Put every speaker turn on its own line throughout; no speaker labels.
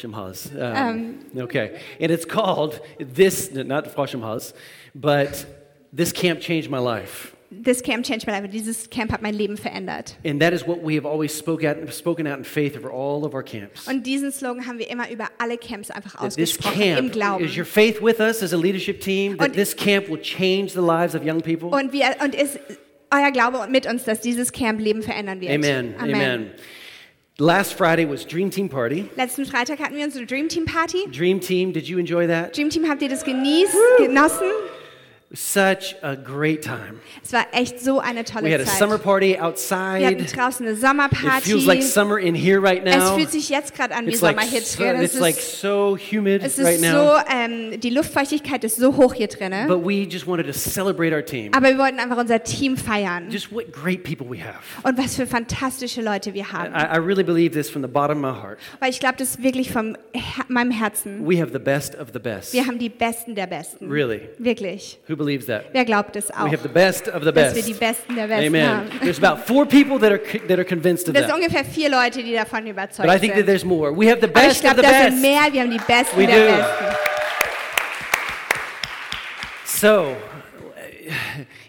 Froschimhaus. Um, okay. And it's called this, not Froschimhaus, but this camp changed my life.
This camp changed my life. Dieses Camp hat mein Leben verändert.
And that is what we have always spoke out, spoken out in faith over all of our camps.
Und diesen Slogan haben wir immer über alle Camps einfach
That this
ausgesprochen im
camp,
Glauben.
is your faith with us as a leadership team, that
Und-
this camp will change the lives of young people?
Und, wir, und ist euer Glaube mit uns, dass dieses Camp Leben verändern wird.
Amen. Amen. Last Friday was Dream Team Party.
Letzten Freitag hatten wir unsere Dream Team Party.
Dream Team, did you enjoy that?
Dream Team, habt ihr das genießt, genossen?
Such a great time.
Es war echt so eine
We
tolle
had a summer
Zeit.
party
Wir hatten
outside.
draußen eine
It
Sommerparty.
feels like summer in here right
es
now.
fühlt sich jetzt gerade an wie
It's like,
Sommer hier
so,
drin. Es
it's like
ist,
so humid
es
right
ist
now.
so, ähm, die Luftfeuchtigkeit ist so hoch hier drin.
But we just wanted to celebrate our team.
Aber wir wollten einfach unser Team feiern.
Just what great people we have.
Und was für fantastische Leute wir haben.
I, I really believe this from the bottom of my heart.
Weil ich glaube, das ist wirklich von Her meinem Herzen.
We have the best of the best.
Wir haben die Besten der Besten.
Really.
Wirklich.
Who believes that?
Wer glaubt es
We
auch,
have the best of the
dass
Oh. best.
wir die Besten der Besten
Amen.
haben?
There's about four people that are, co- that are convinced of
Das sind
that.
ungefähr vier Leute, die davon überzeugt
But I think that
sind.
there's more. We have the
Aber ich
best of
glaube,
the
das sind
best.
mehr. Wir haben die Besten
We
der
do.
Besten.
So,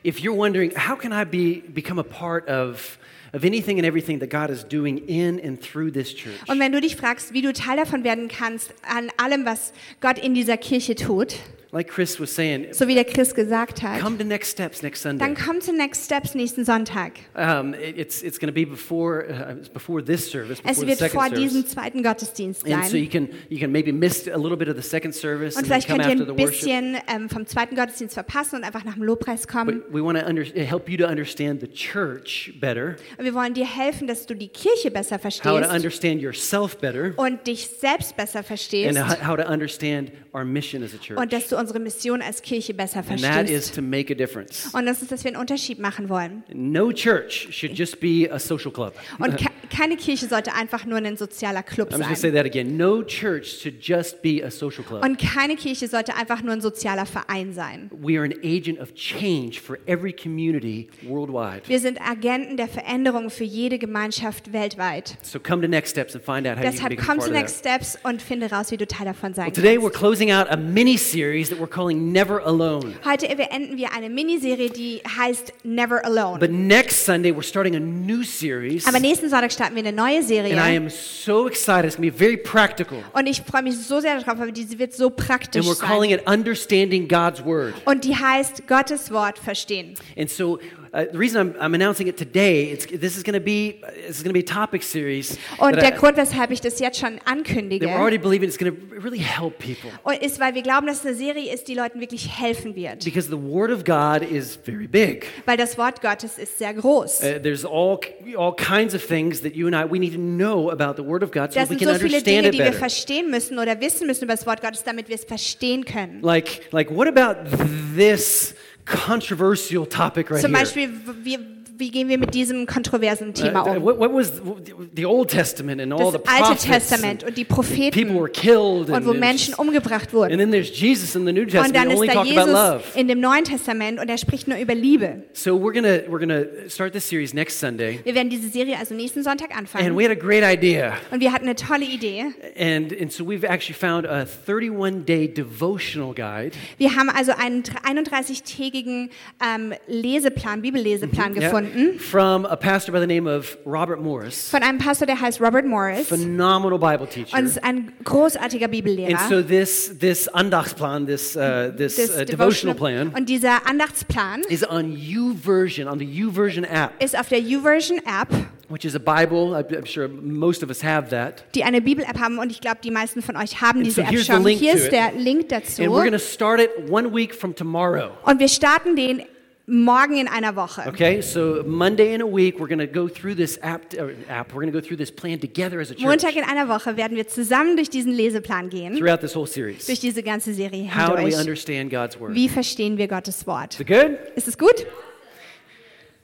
if you're wondering, how can I be, become a part of, of anything and everything that God is doing in and through this church?
Und wenn du dich fragst, wie du Teil davon werden kannst, an allem, was Gott in dieser Kirche tut,
Like Chris was saying,
so wie der Chris gesagt hat,
come to Next Steps next Sunday.
dann komm zu Next Steps nächsten Sonntag.
Um, it- it's it's going to be before uh, it's before this service, before
Es
the
wird
second
vor
service.
diesem zweiten Gottesdienst
and so you
sein.
can you can maybe miss a little bit of the second service
Und
and then
vielleicht
come
könnt ihr
after the
ein
worship.
bisschen ähm, vom zweiten Gottesdienst verpassen und einfach nach dem Lobpreis kommen.
But we want to under, help you to understand the church better,
Und wir wollen dir helfen, dass du die Kirche besser
how to
verstehst
understand yourself better,
und dich selbst besser
and
verstehst
how, how to understand our mission as a church.
und dass du unsere Mission als Kirche besser
and that is
verstehst.
to make a difference.
Und das ist, dass wir einen Unterschied machen wollen.
No church should just be a social club.
Und ke keine Kirche sollte einfach nur ein sozialer Club
Uh-huh. I'm just going to say
sein.
that again. No church should just be a social club.
Und keine Kirche sollte einfach nur ein sozialer Verein sein.
We are an agent of change for every community worldwide.
Wir sind Agenten der Veränderung für jede Gemeinschaft weltweit.
So come to Next Steps and find out how you can
Deshalb
become a
komm
part
zu
of
Next
that.
Steps und finde raus, wie du Teil davon sein
Well, today
kannst.
we're closing out a mini series that we're calling Never Alone.
Heute beenden wir eine Miniserie, die heißt Never Alone.
But next Sunday we're starting a new series,
Aber nächsten Sonntag starten wir eine neue
and I
Serie.
am so excited. It's going to be very practical,
Und ich freue mich so sehr darauf, aber diese wird so
and
praktisch
we're calling
sein.
it Understanding God's Word.
Und die heißt Gottes Wort verstehen.
And so uh, the reason I'm, I'm announcing it today, it's, this is going to be this is going to be a topic series
Und der
that, I-
Grund, weshalb ich das jetzt schon
that
ankündige,
we're already believing it's going to really help people.
und ist, weil wir glauben, dass es eine Serie ist, die Leuten wirklich helfen wird.
Because the Word of God is very big.
Weil das Wort Gottes ist sehr groß.
Uh, there's all all kinds of things that you and I we need to know about the Word of God so
Das
that we can
sind so viele
understand
Dinge,
it
die wir
better.
verstehen müssen oder wissen müssen über das Wort Gottes, damit wir es verstehen können.
Like like what about this controversial topic right
Zum
here?
Beispiel, wie, wie gehen wir mit diesem kontroversen
Uh,
Thema um?
what, what was the, the Old Testament and all
Das
the
Alte
prophets?
Testament
and
und die
people
Propheten
were killed
und
and,
wo
and-
Menschen umgebracht
and
wurden.
then there's Jesus in the New
Und
Testament
dann ist
only
da
talking about
Jesus
love.
in dem Neuen Testament und er spricht nur über Liebe.
So we're gonna we're gonna start this series next Sunday,
Wir werden diese Serie also nächsten Sonntag anfangen.
and we had a great idea,
Und wir hatten eine tolle Idee.
and and so we've actually found a 31 day devotional guide.
Wir haben also einen 31-tägigen ähm, Leseplan, Bibelleseplan
Yeah.
gefunden
From a pastor by the name of Robert Morris,
von einem Pastor, der heißt Robert Morris. Und
phenomenal Bible teacher.
es ist ein großartiger
And
Bibellehrer.
so this this Andachtsplan, this uh, this
Das
uh,
Devotional-
devotional plan,
Und dieser Andachtsplan
is on U version on the U version app,
ist auf der YouVersion-App,
which is a Bible. I'm, I'm sure most of us have that.
die eine Bibel-App haben. Und ich glaube, die meisten von euch haben
so
diese App
here's the
schon.
link
Hier
to
ist
it.
der Link dazu.
And we're going to start it one week from tomorrow.
Und wir starten den morgen in einer Woche.
Okay, so Monday in a week, we're going to go through this app. or app. We're going to go through this plan together as a church
Montag in einer Woche werden wir zusammen durch diesen Leseplan gehen,
throughout this whole series.
durch diese ganze Serie
How do we
hindurch.
understand God's word? Is
Wie verstehen wir Gottes Wort?
it good?
Ist es gut?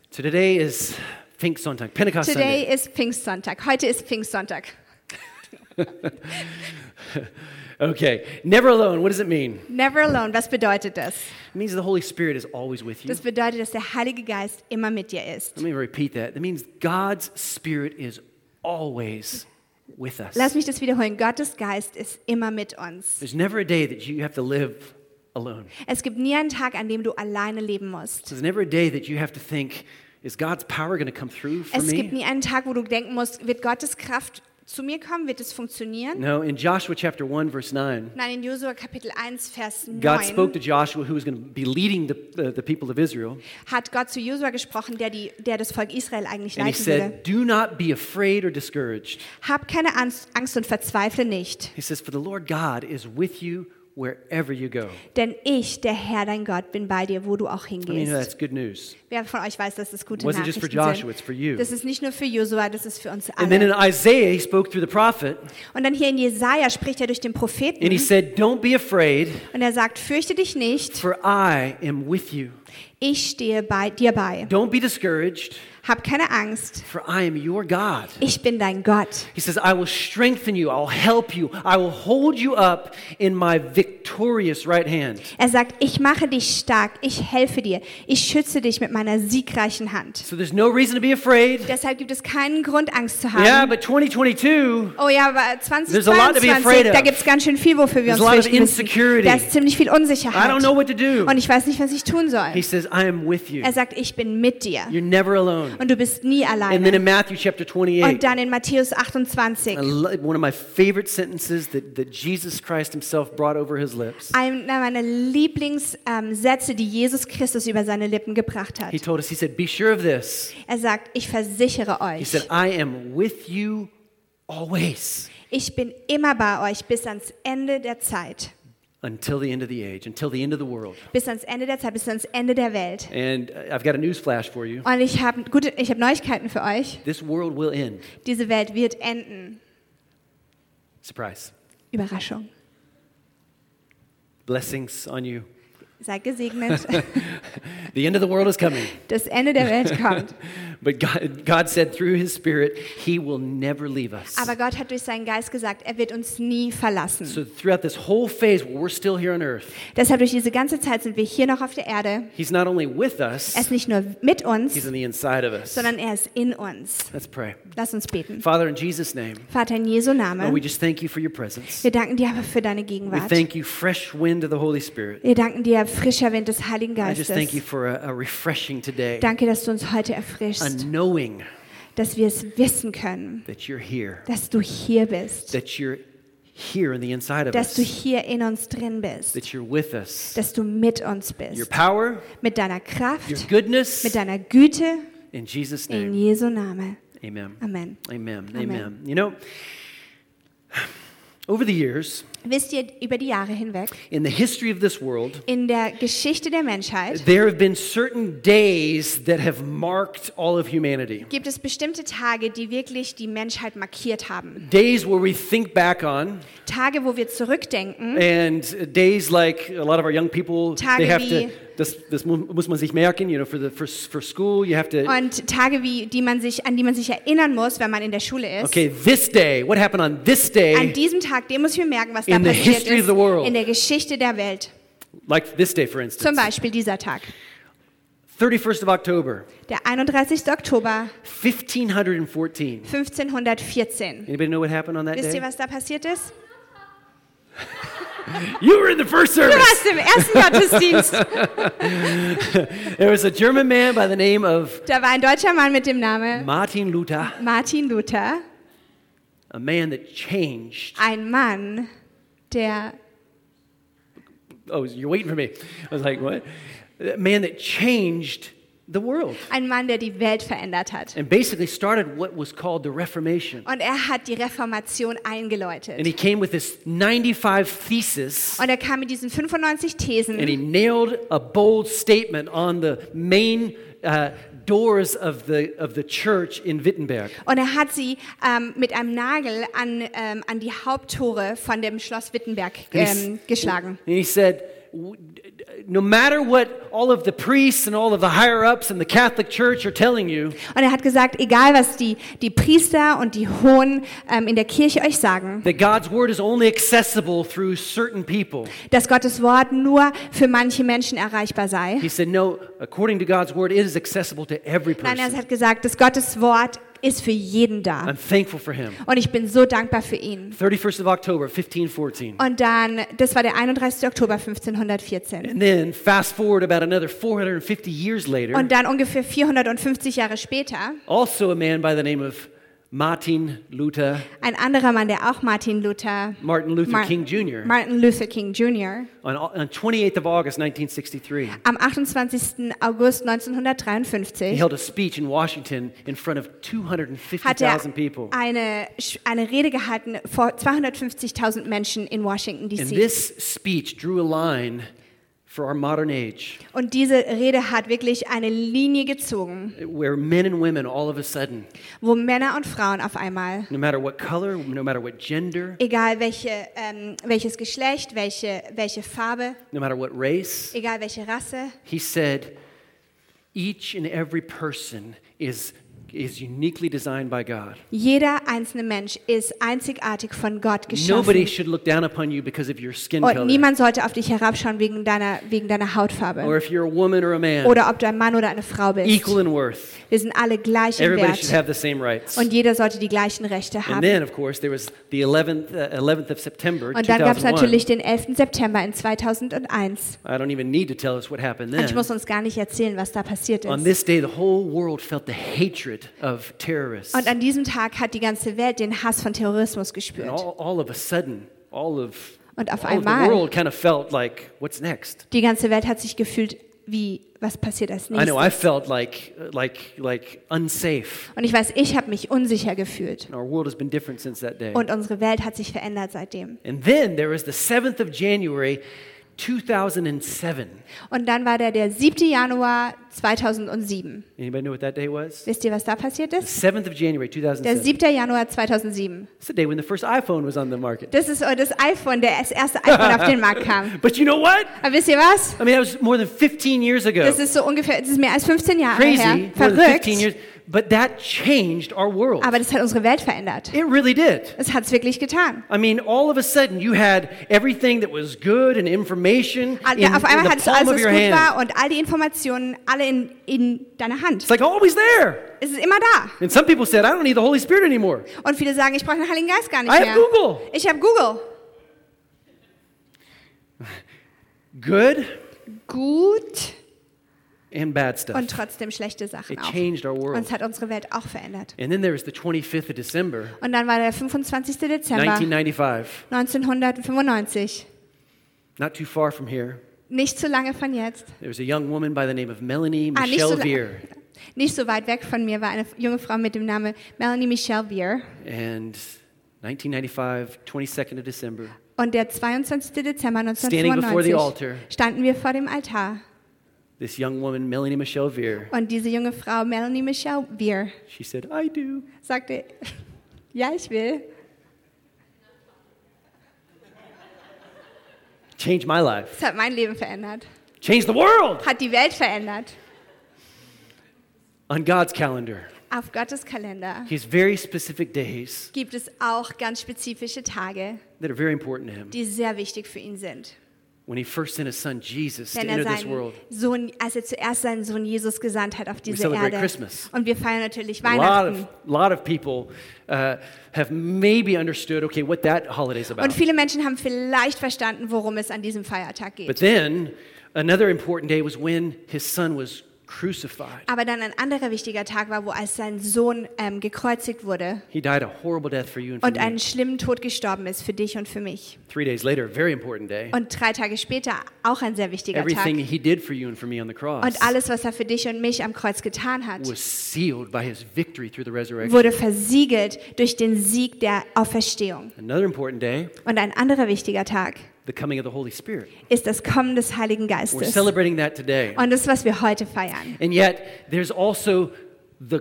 So today is Pfingstsonntag, Pentecost Ah, Sunday.
Today ist Pfingstsonntag. Heute ist Pfingstsonntag.
Okay, never alone. What does it mean?
Never alone. Was bedeutet das?
It means the Holy Spirit is always with you.
Das bedeutet, dass der Heilige Geist immer mit dir ist.
Let me repeat that. That means God's Spirit is always with us.
Lass mich das wiederholen. Gottes Geist ist immer mit uns.
There's never a day that you have to live alone.
Es gibt nie einen Tag, an dem du alleine leben musst.
There's never a day that you have to think, is God's power going to come through for
Es gibt
me?
nie einen Tag, wo du denken musst, wird Gottes Kraft zu mir kommen? Wird es funktionieren?
No, in Joshua chapter 1, verse 9,
Nein, in Josua Kapitel 1, Vers
God spoke
9
to Joshua, who was going to be leading the, uh, the people of Israel,
hat Gott zu Josua gesprochen, der, die, der das Volk Israel eigentlich
and he
leiten würde.
said, Do not be afraid or discouraged.
Hab keine Angst, Angst und verzweifle nicht,
He says, For the Lord God is with you wherever you go.
denn ich, der Herr, dein Gott, bin bei dir, wo du auch
I mean,
hingehst.
that's good news.
Wer von euch weiß, dass das gute
Wasn't
Nachrichten
just for Joshua, it's for you.
sind? Das ist nicht nur für Josua, das ist für uns
And then in
alle.
Isaiah, he spoke through the prophet,
Und dann hier in Jesaja spricht er durch den Propheten
and he said, Don't be afraid,
und er sagt: Fürchte dich nicht,
for I am with you.
ich stehe bei dir bei.
Don't be discouraged,
Hab keine Angst,
for I am your God.
ich bin dein Gott.
He says, I will strengthen you, I'll help you, I will hold you up in my victorious right hand.
Er sagt: Ich mache dich stark, ich helfe dir, ich schütze dich mit meiner siegreichen Hand.
So there's no reason to be afraid.
Deshalb gibt es keinen Grund, Angst zu haben.
Yeah, but 2022,
Oh ja, aber
There's a lot to be afraid
2022,
of.
da gibt's ganz schön viel, wofür wir
There's
uns
a lot of
fürchten müssen.
insecurity.
Da ist ziemlich viel
I
Unsicherheit.
don't know what to do.
Und ich weiß nicht, was ich tun soll.
He says, I am with you.
Er sagt, ich bin mit dir
You're never alone.
und du bist nie
And then
alleine.
in Matthew chapter
Und
28,
dann in Matthäus
I
28,
lo- one of my favorite sentences that, that Jesus Christ himself brought over his lips,
einer meiner Lieblingssätze, ähm, Sätze, die Jesus Christus über seine Lippen gebracht hat.
he told us, he said, Be sure of this.
Er sagt, ich versichere
He
euch,
said, I am with you always
ich bin immer bei euch bis ans Ende der Zeit.
until the end of the age, until the end of the world.
Bis ans Ende der Zeit, bis ans Ende der Welt.
And uh, I've got a news flash for you.
Und ich habe gute, ich habe Neuigkeiten für euch.
This world will end.
Diese Welt wird enden.
Surprise.
Überraschung.
Blessings on you.
Seid gesegnet.
The end of the world is coming.
Das Ende der Welt kommt.
But God, God said through his spirit, he will never leave us.
Aber Gott hat durch seinen Geist gesagt, er wird uns nie verlassen.
So throughout this whole phase where we're still here on earth,
Deshalb durch diese ganze Zeit sind wir hier noch auf der Erde.
he's not only with
Er ist
us,
nicht nur mit
he's
uns,
on the inside of us.
sondern er ist in uns.
Let's pray.
Lass uns beten.
Father, in Jesus' name,
Vater in Jesu
Lord,
Name,
we just thank you for your presence.
wir danken dir aber für deine
We
Gegenwart.
thank you, fresh wind of the Holy Spirit.
Wir danken dir, frischer Wind des Heiligen
I just thank you
Geistes.
for a, a refreshing today,
Danke, dass du uns heute
a
erfrischst,
knowing
dass wir es wissen können,
that you're here,
dass du hier bist,
that you're here in the inside of
dass du
us,
hier in uns drin bist,
that you're with us.
dass du mit uns bist.
Your power,
mit deiner
your
Kraft, mit
goodness,
deiner Güte,
in Jesus'
in
name.
Jesu Name.
Amen.
Amen.
Amen. Amen.
Amen.
You know, over the years,
Wisst ihr, über die Jahre hinweg,
in the history of this world,
in der Geschichte der Menschheit,
there have been certain days that have marked all of humanity.
gibt es bestimmte Tage, die wirklich die Menschheit markiert haben.
Days where we think back on,
Tage, wo wir zurückdenken,
and days like a lot of our young people,
Tage
they have
wie-
to. Das, das mu- muss man sich merken, you know, for the for, for school, you have to.
und Tage, wie, die man sich, an die man sich erinnern muss, wenn man in der Schule ist.
Okay, this day, what happened on this
An
day?
diesem Tag, dem muss ich mir merken, was
In
da
the
passiert
history of
ist,
the world.
in der Geschichte der Welt.
Like this day, for
Zum
instance,
Beispiel dieser Tag,
31st of October,
der 31. Oktober
1514.
1514.
Anybody know what happened on that
Wisst ihr,
day?
was da passiert ist?
You were in the first
Du
service.
warst im ersten Gottesdienst.
There was a German man by the name of
Da war ein deutscher Mann mit dem Namen
Martin Luther,
Martin Luther,
a man that changed.
ein Mann, der
Oh, you're waiting for me. I was like, what? A man that changed the world
ein Mann, der die Welt verändert hat.
and basically started what was called the Reformation.
Und er hat die Reformation
And
eingeläutet.
he came with this 95 thesis
Und er kam mit diesen 95
and
Thesen
he nailed a bold statement on the main uh, doors of the, of the church in Wittenberg.
und er hat sie ähm, mit einem Nagel an, ähm, an die Haupttore von dem Schloss Wittenberg
And he s-
ähm, geschlagen.
And he said, "W- d- d- no matter what all of the priests and all of the higher ups in the Catholic Church are telling you,
Und er hat gesagt, egal was die, die Priester und die Hohen ähm, in der Kirche euch sagen,
that God's word is only accessible through certain people.
dass Gottes Wort nur für manche Menschen erreichbar sei.
He said, No, according to God's word, it is accessible to every
Nein, er
person.
hat gesagt, dass Gottes Wort ist für jeden da.
I'm thankful for him.
Und ich bin so dankbar für ihn.
31st of October, 1514.
Und dann, das war der 31. Oktober 1514.
And then fast forward about another 450 years later,
Und dann ungefähr 450 Jahre später,
also a man by the name of Martin Luther,
ein anderer Mann, der auch Martin Luther,
Martin Luther
Mar-
King Jr.
Martin Luther King Jr.,
on, on 28th of August 1963,
am 28. August
he
1953
held a speech in Washington in front of
hat er
250,000 people.
eine, Sch- eine Rede gehalten vor 250.000 Menschen in Washington,
And
D.C.
this speech drew a line for our modern age
Und diese Rede hat wirklich eine Linie gezogen,
where men and women all of a sudden,
wo Männer und Frauen auf einmal
no matter what color, no matter what gender,
Egal welche, ähm, welches Geschlecht, welche, welche Farbe,
no matter what race,
egal welche Rasse.
he said, each and every person is, is uniquely designed by God.
Jeder einzelne Mensch ist einzigartig von Gott
Nobody
geschaffen.
should look down upon you because of your skin
Und
color,
niemand sollte auf dich herabschauen wegen deiner, wegen deiner
or
Hautfarbe.
if you're a woman or a man,
Oder ob du ein Mann oder eine Frau bist.
equal in worth.
Wir sind alle gleich im
Everybody should
Wert.
have the same rights.
Und jeder sollte die gleichen Rechte
And
haben.
then, of course, there was the 11th, uh, 11th of September,
Und dann gab es
2001.
natürlich den 11. September in 2001.
I don't even need to tell us what happened
Und ich
then.
muss uns gar nicht erzählen, was da passiert
On
ist.
this day, the whole world felt the hatred of terrorists.
Und
And
an diesem Tag hat die ganze Welt den Hass von Terrorismus gespürt.
all, all of a sudden, all of,
Und auf
all of the
einmal-
world kind of felt like, what's next?
Die ganze Welt hat sich gefühlt wie, was passiert als
I know
nächstes?
I felt like, like, like unsafe.
Und ich weiß, ich habe mich unsicher gefühlt.
And our world has been different since that day.
Und unsere Welt hat sich verändert seitdem.
And then there was the 7th of January, 2007.
Und dann war da der 7. Januar 2007.
Anybody know what that day was?
Wisst ihr, was da passiert ist?
7th of January,
Der
2007.
7. Januar 2007.
It's the day when the first iPhone was on the market.
Das ist äh, das iPhone, der das erste iPhone auf den Markt kam.
But you know what?
Aber wisst ihr was?
I mean, that was more than 15 years ago.
Das ist so ungefähr, das ist mehr als 15 Jahre
Crazy,
her.
more than 15
Verrückt.
years. But that changed our world.
Aber das hat unsere Welt verändert.
It really did.
Es hat es wirklich getan.
I mean, all of a sudden, you had everything that was good and information in, in
auf einmal
the
hat es
palm
alles,
of
was
your
gut
hand.
war und all die Informationen, alle in, in deiner Hand.
It's like always there.
Es ist immer da.
And some people said, I don't need the Holy Spirit anymore.
Und viele sagen, ich brauche den Heiligen Geist gar nicht
I
mehr.
have Google.
Ich habe Google.
Good
Gut
and bad stuff.
und trotzdem schlechte Sachen
It
auch.
changed our
Und es
world.
hat unsere Welt auch verändert.
And then there was the 25th of December,
Und dann war der 25. Dezember
1995.
1995.
Not too far from here.
Nicht so lange von jetzt.
There was a young woman by the name of Melanie
Ah, nicht,
Michelle
so la-
Veer.
nicht so weit weg von mir war eine junge Frau mit dem Namen Melanie Michelle Beer.
And 1995, 22nd of December,
Und der 22. Dezember
Standing before the
1995
altar.
standen wir vor dem Altar.
this young woman, Melanie Michelle Veer,
Und diese junge Frau, Melanie Michelle Beer,
she said, I do.
sagte, ja, ich will.
Change my life.
Das hat mein Leben verändert.
Change the world
Hat die Welt verändert.
on God's calendar.
Auf Gottes Kalender
He has very specific days
gibt es auch ganz spezifische Tage,
that are very important to him.
die sehr wichtig für ihn sind.
When he first sent his son Jesus to
Wenn
enter
er
this
seinen
world,
Sohn, als er zuerst seinen Sohn Jesus gesandt hat auf diese
celebrate
Erde.
Christmas.
Und wir feiern natürlich
a lot of,
Weihnachten.
lot of people uh, have maybe understood, okay, what that holiday's
Und
about.
viele Menschen haben vielleicht verstanden, worum es an diesem Feiertag
But
geht.
then another important day was when his son was crucified.
Aber dann ein anderer wichtiger Tag war, wo als sein Sohn ähm, gekreuzigt wurde
He died a horrible death for you and for
und
me.
einen schlimmen Tod gestorben ist für dich und für mich.
Three days later, a very important day.
Und drei Tage später auch ein sehr wichtiger Tag.
Everything he did for you and for me on the cross
Und alles, was er für dich und mich am Kreuz getan hat,
was sealed by his victory through the resurrection.
wurde versiegelt durch den Sieg der Auferstehung.
Another important day,
Und ein anderer wichtiger Tag
the coming of the Holy Spirit.
ist das Kommen des Heiligen
We're
Geistes. Und
celebrating that today.
das, was wir heute feiern.
And yet, there's also the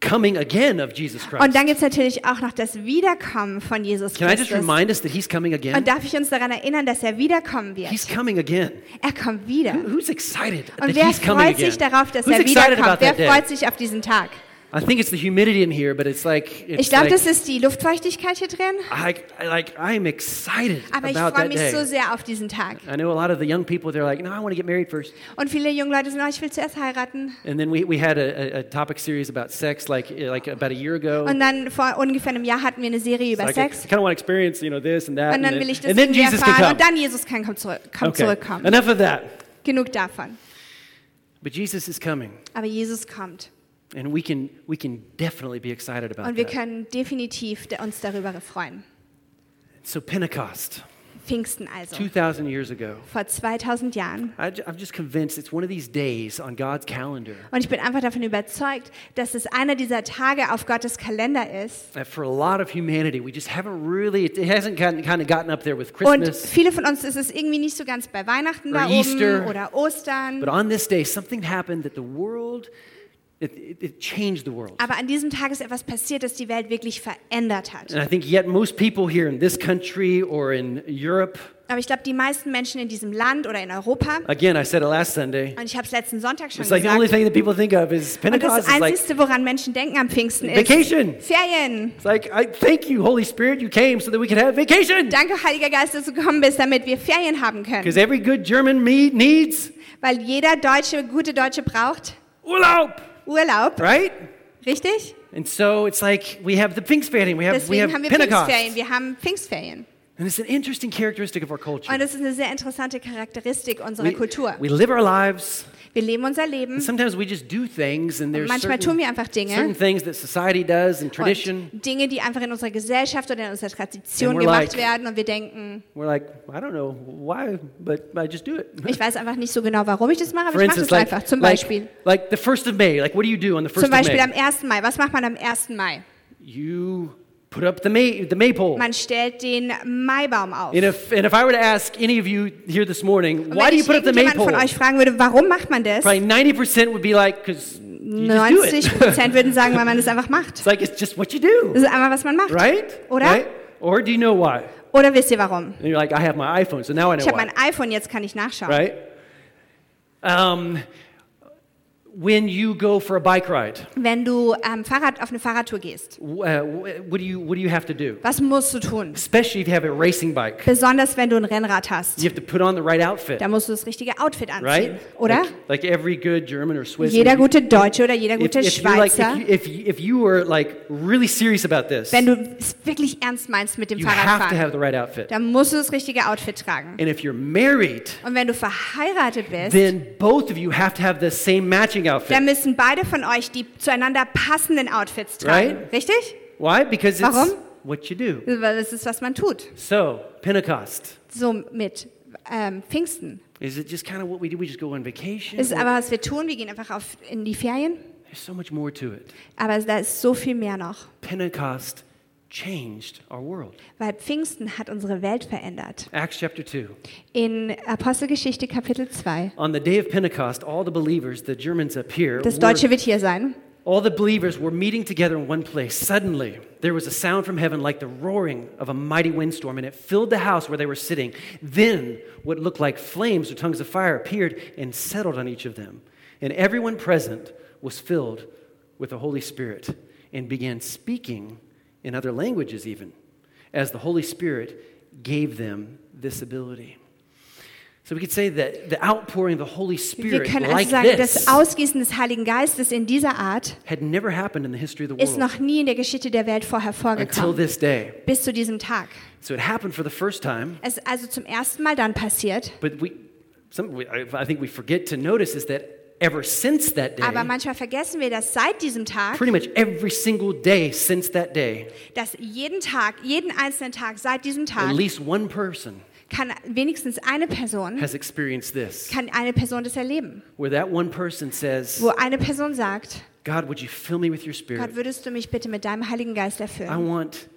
coming again of Jesus
Und
Christ.
dann gibt es natürlich auch noch das Wiederkommen von Jesus
Can I just
Christus.
remind us that he's coming
Und
again?
darf ich uns daran erinnern, dass er wiederkommen
He's
wird?
coming again.
Er kommt wieder.
Who's excited that
Und wer
he's coming
freut sich
again?
darauf, dass
Who's
er
excited
wiederkommt?
about
Wer
that day?
freut sich auf diesen Tag?
I think it's the humidity in here, but it's like it's
Ich glaube,
like,
das ist die Luftfeuchtigkeit hier drin.
I, I like I'm excited
Aber ich
about that
freue mich
day.
so sehr auf diesen Tag.
I know a lot of the young people they're like, no, I want to get married first.
Und viele junge Leute sind, oh, ich will zuerst heiraten.
And then we, we had a, a- a topic series about sex like like about a year ago.
Und dann vor ungefähr einem Jahr hatten wir eine Serie über
It's like,
Sex.
I kind of want to experience, you know, this and that.
Und dann
then-
will ich das
and then
irgendwie
Jesus can come.
erfahren. Und dann Jesus kann komm zurück, komm
Okay.
zurückkommen.
Enough of that.
Genug davon.
But Jesus is coming,
Aber Jesus kommt.
and we can we can definitely be excited about
Und wir
that.
können definitiv da- uns darüber freuen.
So Pentecost,
Pfingsten also.
two thousand years ago.
Vor 2000 Jahren.
I, ju- I'm just convinced it's one of these days on God's calendar
Und ich bin einfach davon überzeugt, dass es einer dieser Tage auf Gottes Kalender ist.
that for a lot of humanity, we just haven't really, it hasn't gotten, kind of gotten up there with
Und
Christmas.
viele von uns ist es irgendwie nicht so ganz bei Weihnachten
Or
da
Easter.
oben oder Ostern.
But also- on this day, something happened that the world, it, it, it changed the world.
Aber an diesem Tag ist etwas passiert, das die Welt wirklich verändert hat.
And I think yet most people here in this country or in Europe,
Aber ich glaube, die meisten Menschen in diesem Land oder in Europa,
again, I said it last Sunday,
und ich habe es letzten Sonntag schon
it's like the only
gesagt,
thing that people think of is
und das
Pentecost. It's like
Einzige, woran Menschen denken am Pfingsten ist,
vacation.
Ferien.
It's like, I thank you, Holy Spirit, you came so that we could have vacation.
Danke, Heiliger Geist, dass du gekommen bist, damit wir Ferien haben können.
Because every good German me- needs
Weil jeder Deutsche, gute Deutsche braucht
Urlaub,
Urlaub,
right?
richtig?
And so it's like we have the Pfingstferien, we have, we have
Deswegen haben wir
Pentecost.
Pfingstferien.
And
Wir haben Pfingstferien.
it's an interesting characteristic of our culture.
Und das ist eine sehr interessante Charakteristik unserer
We,
Kultur.
we live our lives,
Wir leben unser
and
Leben.
sometimes we just do things, and there's
Manchmal
certain,
tun wir einfach
certain
Dinge.
things that society does and tradition.
Und Dinge, die einfach in unserer Gesellschaft oder in unserer Tradition
And we're like-
gemacht werden. Und wir denken,
We're like, I don't know why, but I just do it.
ich weiß einfach nicht so genau, warum ich das mache,
For
aber ich mache
instance,
das
like,
einfach. Zum
like,
Beispiel.
like the 1st of May, like what do you do on the 1st
Zum
of May?
Beispiel am 1. Mai. Was macht man am 1. Mai?
you put up the May the maypole.
Man stellt den Maibaum auf.
And if and if I were to ask any of you here this morning,
Und
why
wenn
do you
ich
put up the
irgendjemand
maypole?
von euch fragen würde, warum macht man das?
Probably ninety percent would be like, because you just do
90
it.
Prozent würden sagen, weil man das einfach macht.
it's like it's just what you do,
Das ist einfach, was man macht.
right?
Oder?
Right? Or do you know why?
Oder wisst ihr warum?
And you're like, I have my iPhone, so now I know
Ich habe
why,
mein iPhone, jetzt kann ich nachschauen.
right? Um, when you go for a bike ride,
Wenn du ähm, Fahrrad, auf eine Fahrradtour gehst,
w- uh, w- what do you what do you have to do?
was musst du tun?
Especially if you have a racing bike,
Besonders wenn du ein Rennrad hast.
you have to put on the right outfit,
Da musst du das richtige Outfit anziehen,
right?
oder?
Like, like every good German or Swiss.
Jeder
would be-
gute Deutsche oder jeder
if,
gute
if you're like,
Schweizer,
if, you, if, you, if you were like really serious about this,
wenn du es wirklich ernst meinst mit dem
you have to
Fahrradfahren,
have the right outfit.
dann musst du das richtige Outfit tragen.
And if you're married,
Und wenn du verheiratet bist,
then both of you have to have the same matching
dann
outfit.
müssen beide von euch die zueinander passenden Outfits tragen,
Right?
richtig?
Why? Because it's
Warum?
what you do.
Weil Das ist, was man tut.
So, Pentecost.
So mit ähm, Pfingsten.
Is it just kind of what we do? We just go on vacation?
Das ist aber, was wir tun. Wir gehen einfach auf, in die Ferien.
There's so much more to it.
Aber da ist so viel mehr noch.
Pentecost changed our world.
Weil Pfingsten hat unsere Welt verändert.
Acts chapter 2.
In Apostelgeschichte Kapitel 2.
On the day of Pentecost, all the believers, the Germans up here,
Das
were-
Deutsche wird hier sein.
All the believers were meeting together in one place. Suddenly, there was a sound from heaven like the roaring of a mighty windstorm, and it filled the house where they were sitting. Then, what looked like flames or tongues of fire appeared and settled on each of them. And everyone present was filled with the Holy Spirit and began speaking in other languages, even as the Holy Spirit gave them this ability. So, we could say that the outpouring of the Holy
Wir
Spirit,
können
like
also sagen,
this,
das Ausgießen des Heiligen Geistes in dieser Art
had never happened in the history of the
ist
world.
noch nie in der Geschichte der Welt vorher
until
vorgekommen.
this day.
Bis zu diesem Tag.
So it happened for the first time,
Es ist also zum ersten Mal dann passiert.
but we, some, we, I I think we forget to notice is that ever since that
Aber
day,
manchmal vergessen wir, dass seit diesem Tag,
pretty much every single day since that day,
dass jeden Tag, jeden einzelnen Tag seit diesem
at
Tag
least one person
kann wenigstens eine Person,
has experienced this,
kann eine Person das erleben.
where that one person says,
Wo eine Person sagt,
God, would you fill me with your
Gott,
spirit?
würdest du mich bitte mit deinem Heiligen Geist
I
erfüllen?
want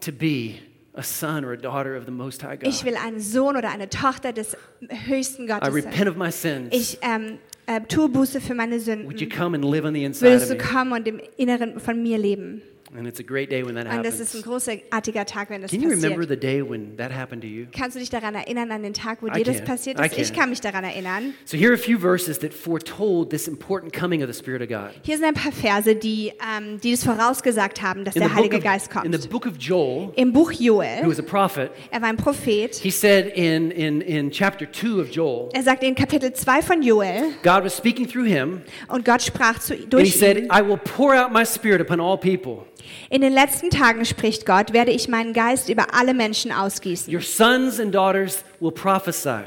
to be a son or a daughter of the Most High
Ich
God.
will ein Sohn oder eine Tochter des höchsten
I
Gottes sein.
repent of my sins.
Ich ähm, äh, tue Buße für meine
Would you
Sünden.
come and live on the inside
Würdest
of
du
me?
kommen und im Inneren von mir leben?
And it's a great day when that
Und das ist ein
happens.
großartiger Tag, wenn das
Can you remember
passiert.
the day when that happened to you?
Kannst du dich daran erinnern, an den Tag, wo
I
dir das
can.
passiert
I
ist? Ich
can.
kann mich daran erinnern.
So here are a few verses that foretold this important coming of the Spirit of God.
Hier sind ein paar Verse, die, ähm, die das vorausgesagt haben, dass der Heilige
of,
Geist
in the
kommt.
book of Joel,
Im Buch
who
Joel,
was a prophet,
er war ein Prophet,
he said in, in, in chapter 2 of Joel,
er sagt in Kapitel 2 von Joel,
God was speaking through him,
und Gott sprach zu,
and he
durch
said,
ihn,
I will pour out my Spirit upon all people.
in den letzten Tagen, spricht Gott, werde ich meinen Geist über alle Menschen ausgießen.
Your sons and daughters will prophesy.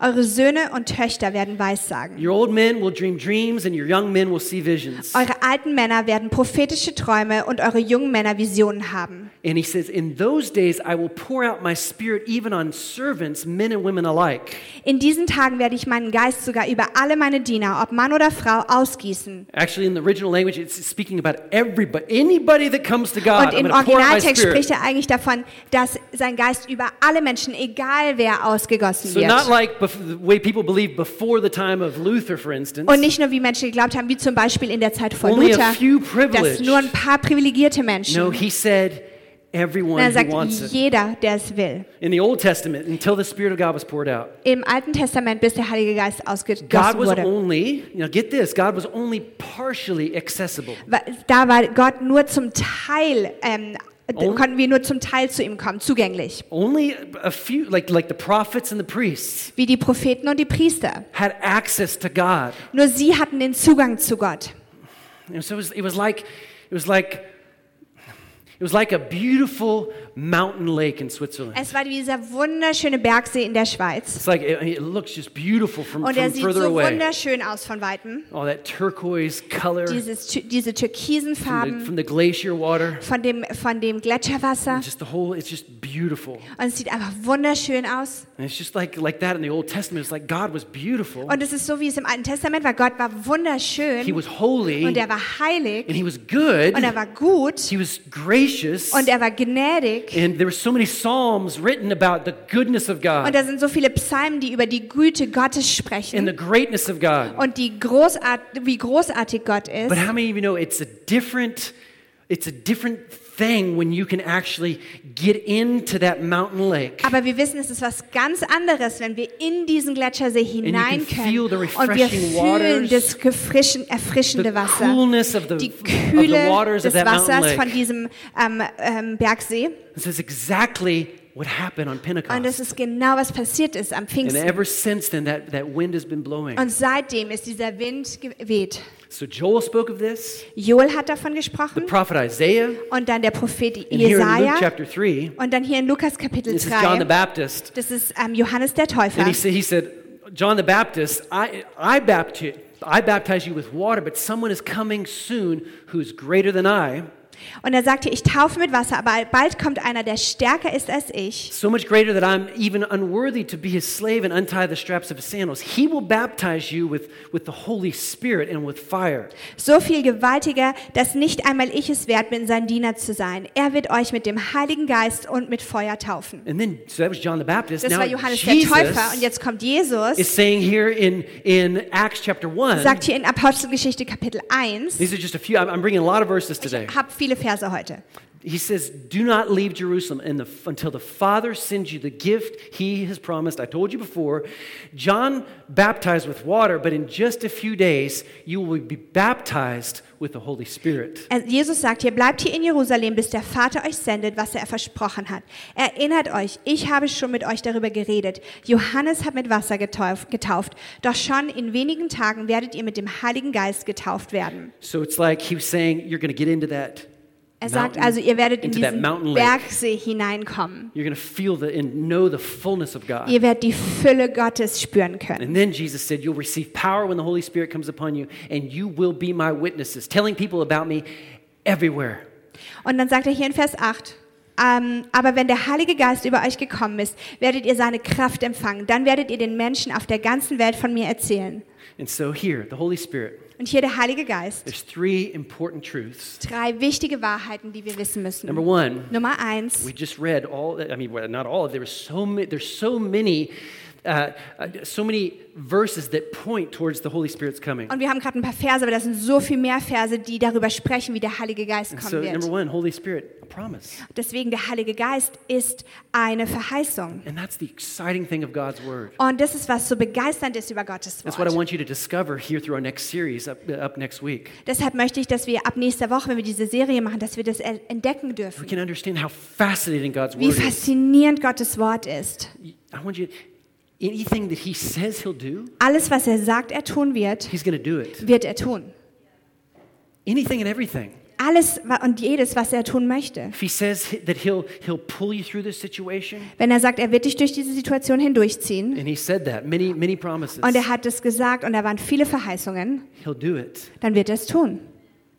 Eure Söhne und Töchter werden Weissagen.
Your old men will dream dreams, and your young men will see visions.
Eure alten Männer werden prophetische Träume und eure jungen Männer Visionen haben.
And he says, In those days I will pour out my spirit even on servants, men and women alike.
In diesen Tagen werde ich meinen Geist sogar über alle meine Diener, ob Mann oder Frau, ausgießen.
Actually, in the original language, it's speaking about everybody, anybody that comes to God.
Und
I'm
im
gonna pour out my
Originaltext spricht
spirit.
er eigentlich davon, dass sein Geist über alle Menschen, egal wer, ausgegossen
So, not
wird.
like bef- the way people believed before the time of Luther, for instance.
Und nicht nur wie Menschen geglaubt haben, wie zum Beispiel in der Zeit vor
Only a
Luther,
few privileged.
dass nur ein paar privilegierte
No,
Menschen.
he said, Everyone
Er
who
sagt
wants it.
jeder, der es will.
In the Old Testament, until the Spirit of God was poured out,
Im Alten Testament, bis der Heilige Geist
God
ausgegossen
was
wurde.
only, you know, get this, God was only partially accessible.
wa- da war Gott nur zum Teil, ähm, d-
Oh.
konnten wir nur zum Teil zu ihm kommen, zugänglich.
Only a few, like, like the prophets and the priests,
Wie die Propheten und die Priester.
had access to God.
Nur sie hatten den Zugang zu Gott.
And so it was, it was like it was like it was like a beautiful mountain lake in Switzerland.
Es war dieser wunderschöne Bergsee in der Schweiz.
It's like it, it looks just beautiful from,
Und er
from
sieht
further
so
away.
wunderschön aus von Weitem.
All that turquoise color from
Dieses, tü- diese türkisen
the,
Farben
from the glacier water.
von dem, von dem Gletscherwasser.
It's Just the whole it's just beautiful.
Und es sieht einfach wunderschön aus.
And it's just like like that in the Old Testament. It's like God was beautiful.
Und es ist so, wie es im Alten Testament war. Gott war
He
wunderschön
was holy
und
and
er war heilig
he was good.
und er war gut
He was gracious.
und er war gnädig.
And there were so many psalms written about the goodness of
Und
God
da sind so viele Psalmen, die über die Güte Gottes
and
sprechen
the greatness of God.
und die Großart wie großartig Gott ist.
But how many of you know it's a different it's a different thing when you can actually get into that mountain lake
Aber wir wissen, es ist was ganz anderes, wenn wir in diesen Gletschersee hinein
can feel
können
the
und wir
refreshing
fühlen
waters,
das gefrischen, erfrischende
the
Wasser,
coolness of the,
die
of the
Kühle
waters of
des
that mountain
Wassers von
lake.
diesem ähm, ähm, Bergsee.
This is exactly what happened on
Und das
Pentecost.
ist genau, was passiert ist am
And
Pfingsten.
ever since then, that, that wind has been blowing.
Und seitdem ist dieser Wind geweht.
So Joel spoke of this,
Joel hat davon
the
gesprochen
prophet Isaiah,
und dann der Prophet
and here in Luke
Jesaja
chapter 3,
und dann hier in Lukas Kapitel
this is John the
3.
Baptist.
Das ist ähm, Johannes der Täufer.
And he said, he said John the Baptist, I, I, baptize, I baptize you with water, but someone is coming soon who's greater than I.
Und er sagte, ich taufe mit Wasser, aber bald kommt einer, der stärker ist als ich.
so much greater that I'm even unworthy to be his slave and untie the straps of his sandals. He will baptize you with, with the Holy Spirit and with fire.
So viel gewaltiger, dass nicht einmal ich es wert bin, sein Diener zu sein. Er wird euch mit dem Heiligen Geist und mit Feuer taufen.
And then, so that was John the Baptist.
Das
now
war Johannes der Täufer. Und
Jesus
jetzt kommt
is
Jesus,
saying here in, in Acts chapter 1,
sagt hier in Apostelgeschichte Kapitel 1,
these are just a few, I'm, I'm bringing a lot of verses today.
hab viele Verse heute.
He says, Do not leave Jerusalem in the, until the Father sends you the gift he has promised. I told you before, John baptized with water, but in just a few days, you will be baptized with the Holy Spirit.
Er- Jesus sagt hier, bleibt hier in Jerusalem, bis der Vater euch sendet, was er versprochen hat. Erinnert euch, ich habe schon mit euch darüber geredet. Johannes hat mit Wasser getauf, getauft, doch schon in wenigen Tagen werdet ihr mit dem Heiligen Geist getauft werden.
So it's like he was saying, you're going to get into that.
Er
mountain-
sagt also, ihr werdet in
into that
diesen
mountain lake.
Bergsee hineinkommen.
You're going to feel the, and know the fullness of God.
Ihr werdet die Fülle Gottes spüren können.
And then Jesus said, You'll receive power when the Holy Spirit comes upon you, and you will be my witnesses, telling people about me everywhere.
Und dann sagt er hier in Vers 8, ähm, aber wenn der Heilige Geist über euch gekommen ist, werdet ihr seine Kraft empfangen. Dann werdet ihr den Menschen auf der ganzen Welt von mir erzählen.
And so here, the Holy Spirit,
Und hier der Heilige Geist.
There's three important truths.
Drei wichtige Wahrheiten, die wir wissen müssen.
Number one,
Nummer eins.
we just read all, I mean, well, not all, there was so many, there's so many, uh, uh, so many verses that point towards the Holy Spirit's coming.
Und wir haben gerade ein paar Verse, aber das sind so viel mehr Verse, die darüber sprechen, wie der Heilige Geist
And
kommen
so, number
wird.
one, Holy Spirit, a promise.
Deswegen der Heilige Geist ist eine Verheißung.
And that's the exciting thing of God's Word.
Und das ist was so begeisternd ist über Gottes
That's what I
Wort.
want you to discover here through our next series up, uh, up next week.
Deshalb möchte ich, dass wir ab nächster Woche, wenn wir diese Serie machen, dass wir das er- entdecken
We
dürfen,
can understand how fascinating God's
wie
Word is.
faszinierend Gottes Wort ist.
I want you, anything that He says He'll do,
Alles, was er sagt, er tun wird,
He's going to do it.
wird er tun.
Anything and everything.
Alles wa- und jedes, was er tun möchte.
If He says that He'll, he'll pull you through this situation,
Wenn er sagt, er wird dich durch diese Situation hindurchziehen,
and He said that, many, many promises,
und er hat es gesagt und da waren viele Verheißungen,
He'll do it.
dann wird er es tun.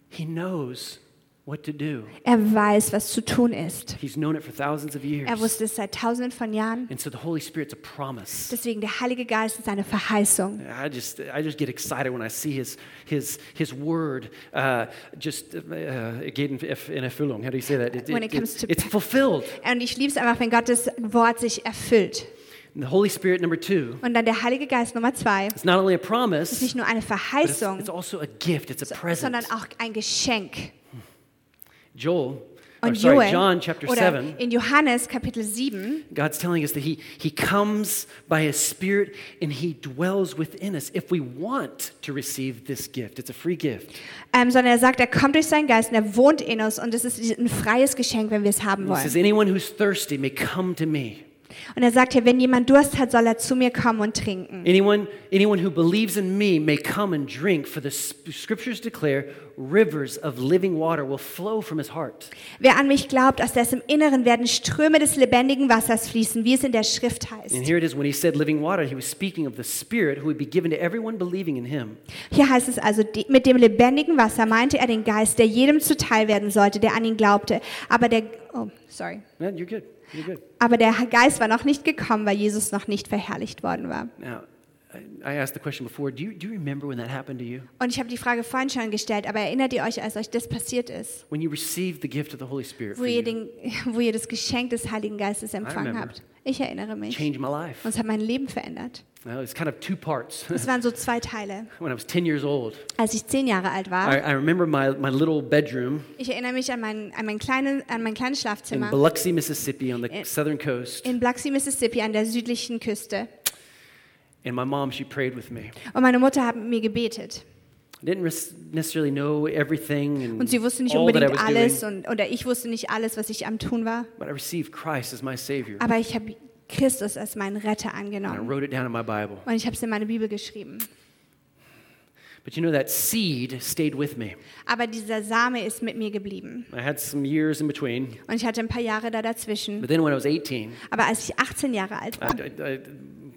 He knows what to do.
Er weiß, was zu tun ist.
He's known it for thousands of
Er
years.
wusste es seit tausenden von Jahren.
And so the Holy Spirit's a promise.
Deswegen der Heilige Geist ist eine Verheißung.
I just, I just get excited when I see his, his, his word uh, just uh, geht in, in Erfüllung. How do you say that?
When it comes to-
it's fulfilled.
Und ich liebe es einfach, wenn Gottes Wort sich erfüllt.
And the Holy Spirit, number two,
Und dann der Heilige Geist Nummer zwei
it's not only a
ist
promise,
nicht nur eine
but it's,
Verheißung,
it's also a gift. It's a present.
sondern auch ein Geschenk.
Joel, or Oh,
Und
sorry,
Joel
John chapter
oder
7,
in Johannes Kapitel 7
God's telling us that he, he comes by His Spirit and He dwells within us if we want to receive this gift. It's a free gift.
Ähm, sondern er sagt, er kommt durch seinen Geist und er wohnt in uns und es ist ein freies Geschenk, wenn wir es haben
He says,
wollen.
Anyone who's thirsty may come to me.
Und er sagt hier, wenn jemand Durst hat, soll er zu mir kommen und trinken.
Anyone, anyone who believes in me may come and drink, for the s- scriptures declare rivers of living water will flow from his heart.
Wer an mich glaubt, aus dessen Inneren werden Ströme des lebendigen Wassers fließen, wie es in der Schrift
And
heißt.
here it is when he said living water, he was speaking of the Spirit who would be given to everyone believing in him.
Hier heißt es also, die, mit dem lebendigen Wasser meinte er den Geist, der jedem zuteil werden sollte, der an ihn glaubte. Aber der, oh, sorry.
Man, you're good. You're good.
Aber der Geist war noch nicht gekommen, weil Jesus noch nicht verherrlicht worden war.
Now, I- I asked the question before do you, do you remember when that happened to you?
Und ich habe die Frage vorhin schon gestellt, aber erinnert ihr euch, als euch das passiert ist,
When you received the gift of the Holy Spirit,
wo
for
ihr,
you,
den, wo ihr das Geschenk des Heiligen Geistes empfangen
remember.
habt? Ich erinnere mich. Und
changed my life.
es hat mein Leben verändert.
Well, it's kind of two parts.
Es waren so zwei Teile.
when I was 10 years old,
Als ich zehn Jahre alt
I,
war,
I remember my, my little bedroom
ich erinnere mich an mein, an mein, kleine, an mein kleines
in
Schlafzimmer
Biloxi, Mississippi, on the
It-
southern coast.
in Biloxi, Mississippi, an der südlichen Küste.
And my mom, she prayed with me.
Und meine Mutter hat mit mir gebetet.
I didn't res- necessarily know everything and
Und sie wusste nicht
all that I
unbedingt
was
alles
doing,
und, oder ich wusste nicht alles, was ich am Tun war.
but I received Christ as my Savior.
Aber ich habe Christus als meinen Retter
and I
angenommen.
wrote it down in my Bible.
Und ich habe es in meine Bibel geschrieben.
But you know, that seed stayed with me.
Aber dieser Same ist mit mir geblieben.
I had some years in between.
Und ich hatte ein paar Jahre da dazwischen.
But then when I was 18,
Aber als ich 18 Jahre alt
I,
war,
I- I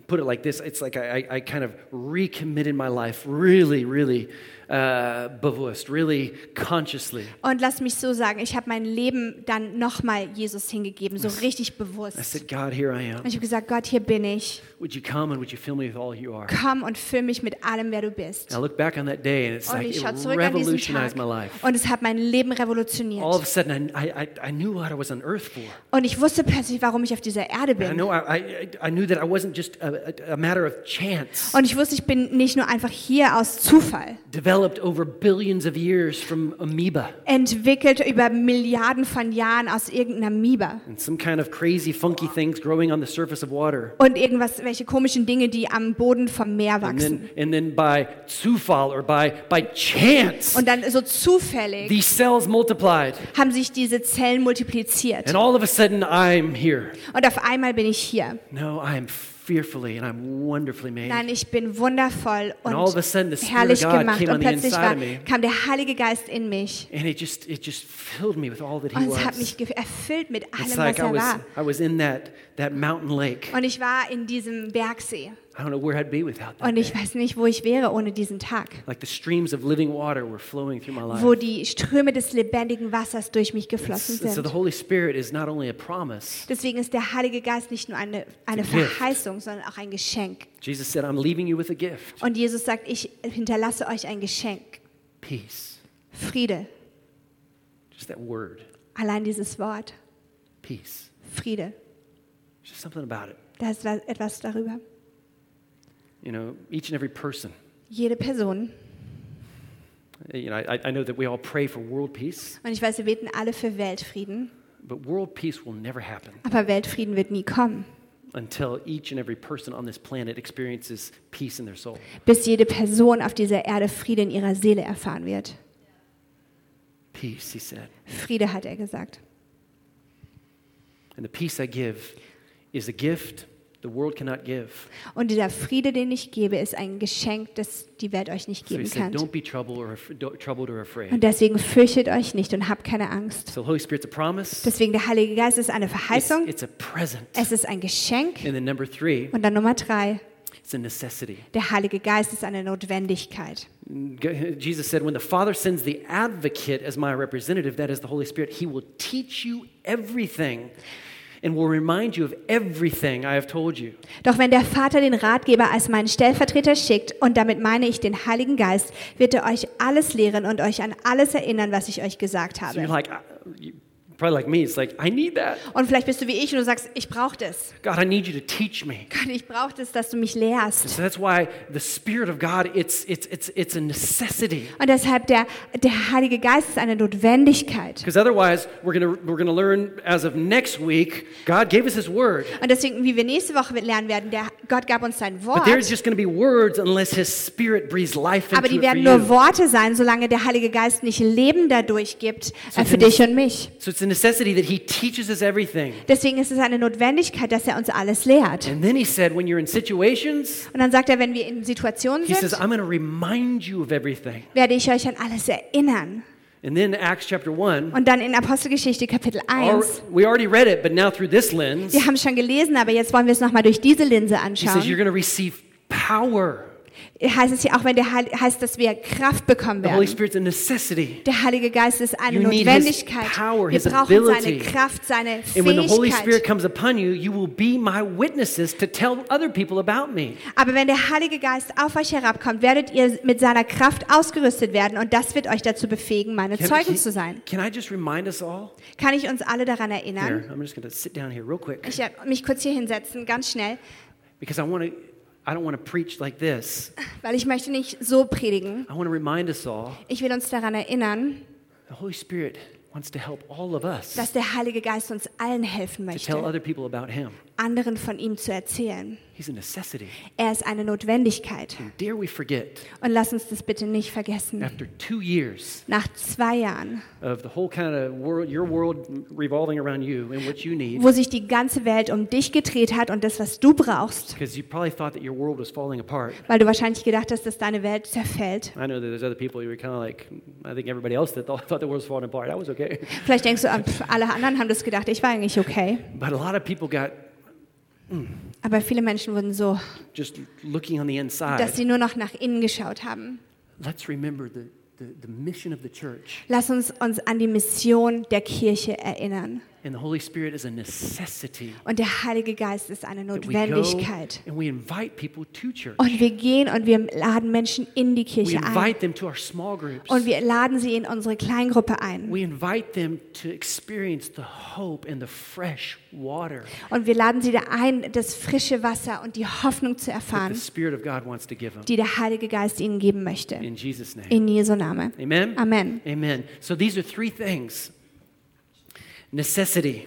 put it like this it's like I, I- I kind of recommitted my life really, really uh, bewusst, really consciously.
und lass mich so sagen, ich habe mein Leben dann nochmal Jesus hingegeben, so richtig
I
bewusst.
said, God, here I
Und
am.
ich habe gesagt, Gott, hier bin ich.
Would you come and would you fill me with all you are?
Komm und füll mich mit allem, wer du bist.
And I look back on that day and it's
Und
like
ich
it
schaue zurück an diesen Tag
revolutionized my life.
und es hat mein Leben
All of a
revolutioniert.
sudden, I, I, I- I knew what I was on earth for.
Und ich wusste plötzlich, warum ich auf dieser Erde
I
bin.
know I, I, I knew that I wasn't just a, a- a matter of chance.
Und ich wusste, ich bin nicht nur einfach hier aus Zufall.
Developed over billions of years from amoeba
entwickelt über Milliarden von Jahren aus irgendeiner Miba.
and some kind of crazy, funky things growing on the surface of water.
Und irgendwas, welche komischen Dinge, die am Boden vom Meer
And
wachsen.
then, and then by zufall or by, by chance,
Und dann so zufällig
these cells multiplied.
haben sich diese Zellen
And
multipliziert.
all of a sudden, I'm here.
Und auf einmal bin ich hier.
No, I am fearfully and I'm wonderfully made.
Nein, ich bin wundervoll und
And all of a sudden the Spirit
herrlich
of God
gemacht.
came on
Und
the
plötzlich
inside
war,
of me.
kam der Heilige Geist in mich.
And it just, it just filled me with all that He
Und es
was.
hat mich ge- erfüllt mit allem,
It's like
was
I
er
was,
war.
I was in that, that mountain lake.
Und ich war in diesem Bergsee.
I don't know where I'd be without that.
Und ich
day.
weiß nicht, wo ich wäre ohne diesen Tag,
Like the streams of living water were flowing through my life.
wo die Ströme des lebendigen Wassers durch mich geflossen
And so the
sind.
Holy Spirit is not only a promise.
Deswegen ist der Heilige Geist nicht nur eine, eine
It's a gift.
Verheißung, sondern auch ein Geschenk.
Jesus said, I'm leaving you with a gift
Und Jesus sagt, ich hinterlasse euch ein Geschenk.
peace.
Friede.
Just that word,
Allein dieses Wort.
peace.
Friede.
Just something about it.
Da ist wa- etwas darüber.
You know, each and every person.
Jede Person.
You know, I, I know that we all pray for world peace,
Und ich weiß, wir beten alle für Weltfrieden.
but world peace will never happen
Aber Weltfrieden wird nie kommen,
until each and every person on this planet experiences peace in their soul.
bis jede Person auf dieser Erde Friede in ihrer Seele erfahren wird.
Peace, he said.
Friede hat er gesagt.
And the peace I give is a gift the world cannot give.
Und dieser Friede, den ich gebe, ist ein Geschenk, das die Welt euch nicht
So he
geben
said,
kann.
don't be troubled or, af- don't- troubled or afraid.
Und deswegen fürchtet euch nicht und habt keine Angst.
So the Holy Spirit's a promise.
Deswegen der Heilige Geist ist eine
It's,
Verheißung,
it's a present.
es ist ein Geschenk.
And then number three,
Und dann Nummer drei,
it's a necessity.
der Heilige Geist ist eine Notwendigkeit.
G- Jesus said, When the Father sends the advocate as my representative, that is the Holy Spirit, he will teach you everything and will remind you of everything I have told you.
Doch wenn der Vater den Ratgeber als meinen Stellvertreter schickt, und damit meine ich den Heiligen Geist, wird er euch alles lehren und euch an alles erinnern, was ich euch gesagt
So you're
habe.
like, "I- you- probably like me, it's like, I need that.
Und vielleicht bist du wie ich und du sagst, ich brauche das.
God, I need you to teach me.
Gott, ich brauche das, dass du mich lehrst.
So that's why the Spirit of God, it's, it's, it's, it's a necessity.
Und deshalb, der, der Heilige Geist ist eine Notwendigkeit.
Because otherwise, we're going to we're gonna learn as of next week, God gave us His Word.
Und deswegen, wie wir nächste Woche lernen werden, der, Gott gab uns sein
But there's
Wort.
just going to be words unless His Spirit breathes life into
Aber
it
die
for
werden nur
you.
Worte sein, solange der Heilige Geist nicht Leben dadurch gibt äh, für dich und mich.
So it's a necessity that He teaches us everything.
Deswegen ist es eine Notwendigkeit, dass er uns alles lehrt.
And then He said, when you're in situations,
Und dann sagt er, wenn wir in Situationen
He says,
sind,
I'm going to remind you of everything.
werde ich euch an alles erinnern.
And then Acts chapter 1,
Und dann in Apostelgeschichte Kapitel
al-
1.
we already read it, but now through this lens,
Wir haben schon gelesen, aber jetzt wollen wir es nochmal durch diese Linse
He says, you're
anschauen.
going to receive power.
Heißt es hier auch, wenn der Heil heißt, dass wir Kraft bekommen
The Holy
werden.
Spirit's a necessity.
Der Heilige Geist ist eine
You need his
Notwendigkeit.
power,
wir
his
brauchen
ability.
seine Kraft, seine
And when the Holy Spirit
Fähigkeit.
comes upon you, you will be my witnesses to tell other people about me.
Aber wenn der Heilige Geist auf euch herabkommt, werdet ihr mit seiner Kraft ausgerüstet werden und das wird euch dazu befähigen, meine Zeugen zu sein.
can I just remind us all?
Kann ich uns alle daran erinnern?
Here, I'm just going to sit down here real quick
Ich werde mich kurz hier hinsetzen, ganz schnell.
because I want to. I don't want to preach like this.
Weil ich möchte nicht so predigen.
I want to remind us all
Ich will uns daran erinnern,
the Holy Spirit wants to help all of us
dass der Heilige Geist uns allen helfen
to tell
möchte,
other people about Him.
anderen von ihm zu erzählen.
He's a necessity.
Er ist eine Notwendigkeit.
And dare we forget,
Und lass uns das bitte nicht vergessen.
after two years
Nach zwei Jahren,
of the whole kind of world, your world revolving around you and what you need,
wo sich die ganze Welt um dich gedreht hat und das, was du brauchst,
because you probably thought that your world was falling apart.
weil du wahrscheinlich gedacht hast, dass deine Welt zerfällt.
I know that there's other people who were kind of like, I think everybody else that thought, thought the world was falling apart. I was okay.
Vielleicht denkst du, ah, pf, alle anderen haben das gedacht, ich war eigentlich okay.
But a lot of people got
Aber viele Menschen wurden so,
just looking on the
dass
inside.
sie nur noch nach innen geschaut haben.
Let's remember the, the, the mission of the church.
Lass uns uns an die Mission der Kirche erinnern.
And the Holy Spirit is a necessity.
Und der Heilige Geist ist eine
that we go
Notwendigkeit.
and we invite people to church.
Und wir gehen und wir laden Menschen in die
We
Kirche ein.
invite them to our small groups.
Und wir laden sie in unsere Kleingruppe ein.
We invite them to experience the hope and the fresh water
Und wir laden sie da ein, das frische Wasser und die Hoffnung zu
that the
erfahren,
Spirit of God wants to give them.
die der Heilige Geist ihnen geben möchte.
In Jesus' name.
In Jesu Name.
Amen?
Amen.
Amen. So these are three things necessity,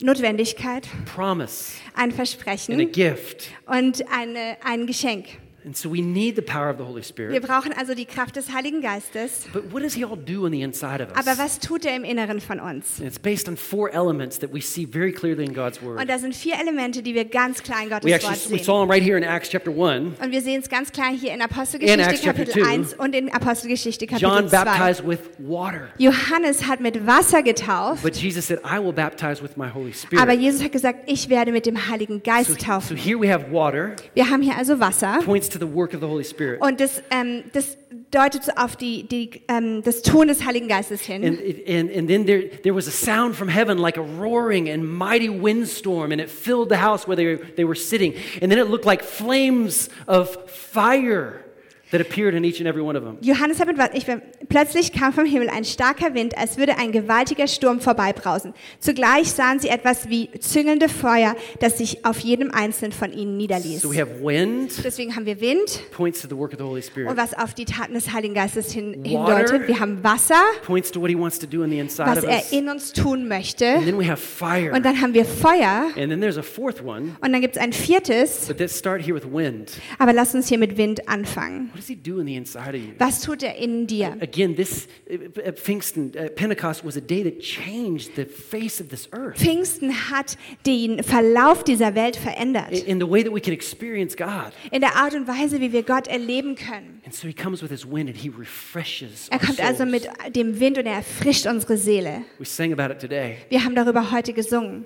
Notwendigkeit,
promise,
ein
and a
Versprechen
gift.
und eine, ein Geschenk.
And so we need the power of the Holy
Wir
Spirit.
brauchen also die Kraft des Heiligen Geistes.
But what does He all do on the inside of
Aber
us?
was tut er im Inneren von uns?
And it's based on four elements that we see very clearly in God's
Und
Word.
da sind vier Elemente, die wir ganz klar
We
in Gottes Wort
actually we
sehen.
saw them right here in Acts chapter 1.
Und wir sehen es ganz klar hier in
In
Apostelgeschichte
Acts chapter
Kapitel
two,
1 und in Apostelgeschichte Kapitel
John
2.
baptized with water.
Johannes hat mit Wasser getauft,
But Jesus said, I will baptize with my Holy
aber
Spirit.
Jesus hat gesagt, ich werde mit dem Heiligen Geist
So, so
taufen.
here we have water,
Wir haben hier also Wasser
points to the work of the Holy Spirit.
und das, ähm, das deutet so auf die, die, ähm, das Tun des Heiligen Geistes hin.
And, and, and then there, there was a sound from heaven like a roaring and mighty windstorm, and it filled the house where they, they were sitting. And then it looked like flames of fire that appeared in each and every one of them.
Johannes hat mit Wasser, ich bin, plötzlich kam vom Himmel ein starker Wind, als würde ein gewaltiger Sturm vorbeibrausen. Zugleich sahen sie etwas wie züngelnde Feuer, das sich auf jedem einzelnen von ihnen niederließ.
So we have wind,
Deswegen haben wir Wind,
points to the work of the Holy
Und
Spirit,
was auf die Taten des Heiligen Geistes hin,
Water.
hindeutet, wir haben Wasser,
points to what He wants to do on the inside
was
of
er
us.
in uns tun
And
möchte.
then we have fire.
Und dann haben wir Feuer.
And then there's a fourth one,
Und dann gibt es ein viertes.
but let's start here with wind.
Aber lass uns hier mit Wind anfangen.
What does He do on the inside of you?
Was tut er in dir?
Again, this uh, uh, Pfingsten, uh, Pentecost was a day that changed the face of this earth.
Pfingsten hat den Verlauf dieser Welt
in
verändert.
in the way that we can experience God.
In der Art und Weise, wie wir Gott erleben können.
And so he comes with his wind and he refreshes.
Er
our
kommt also
souls.
mit dem Wind und er erfrischt unsere Seele.
We sang about it today.
Wir haben darüber heute gesungen,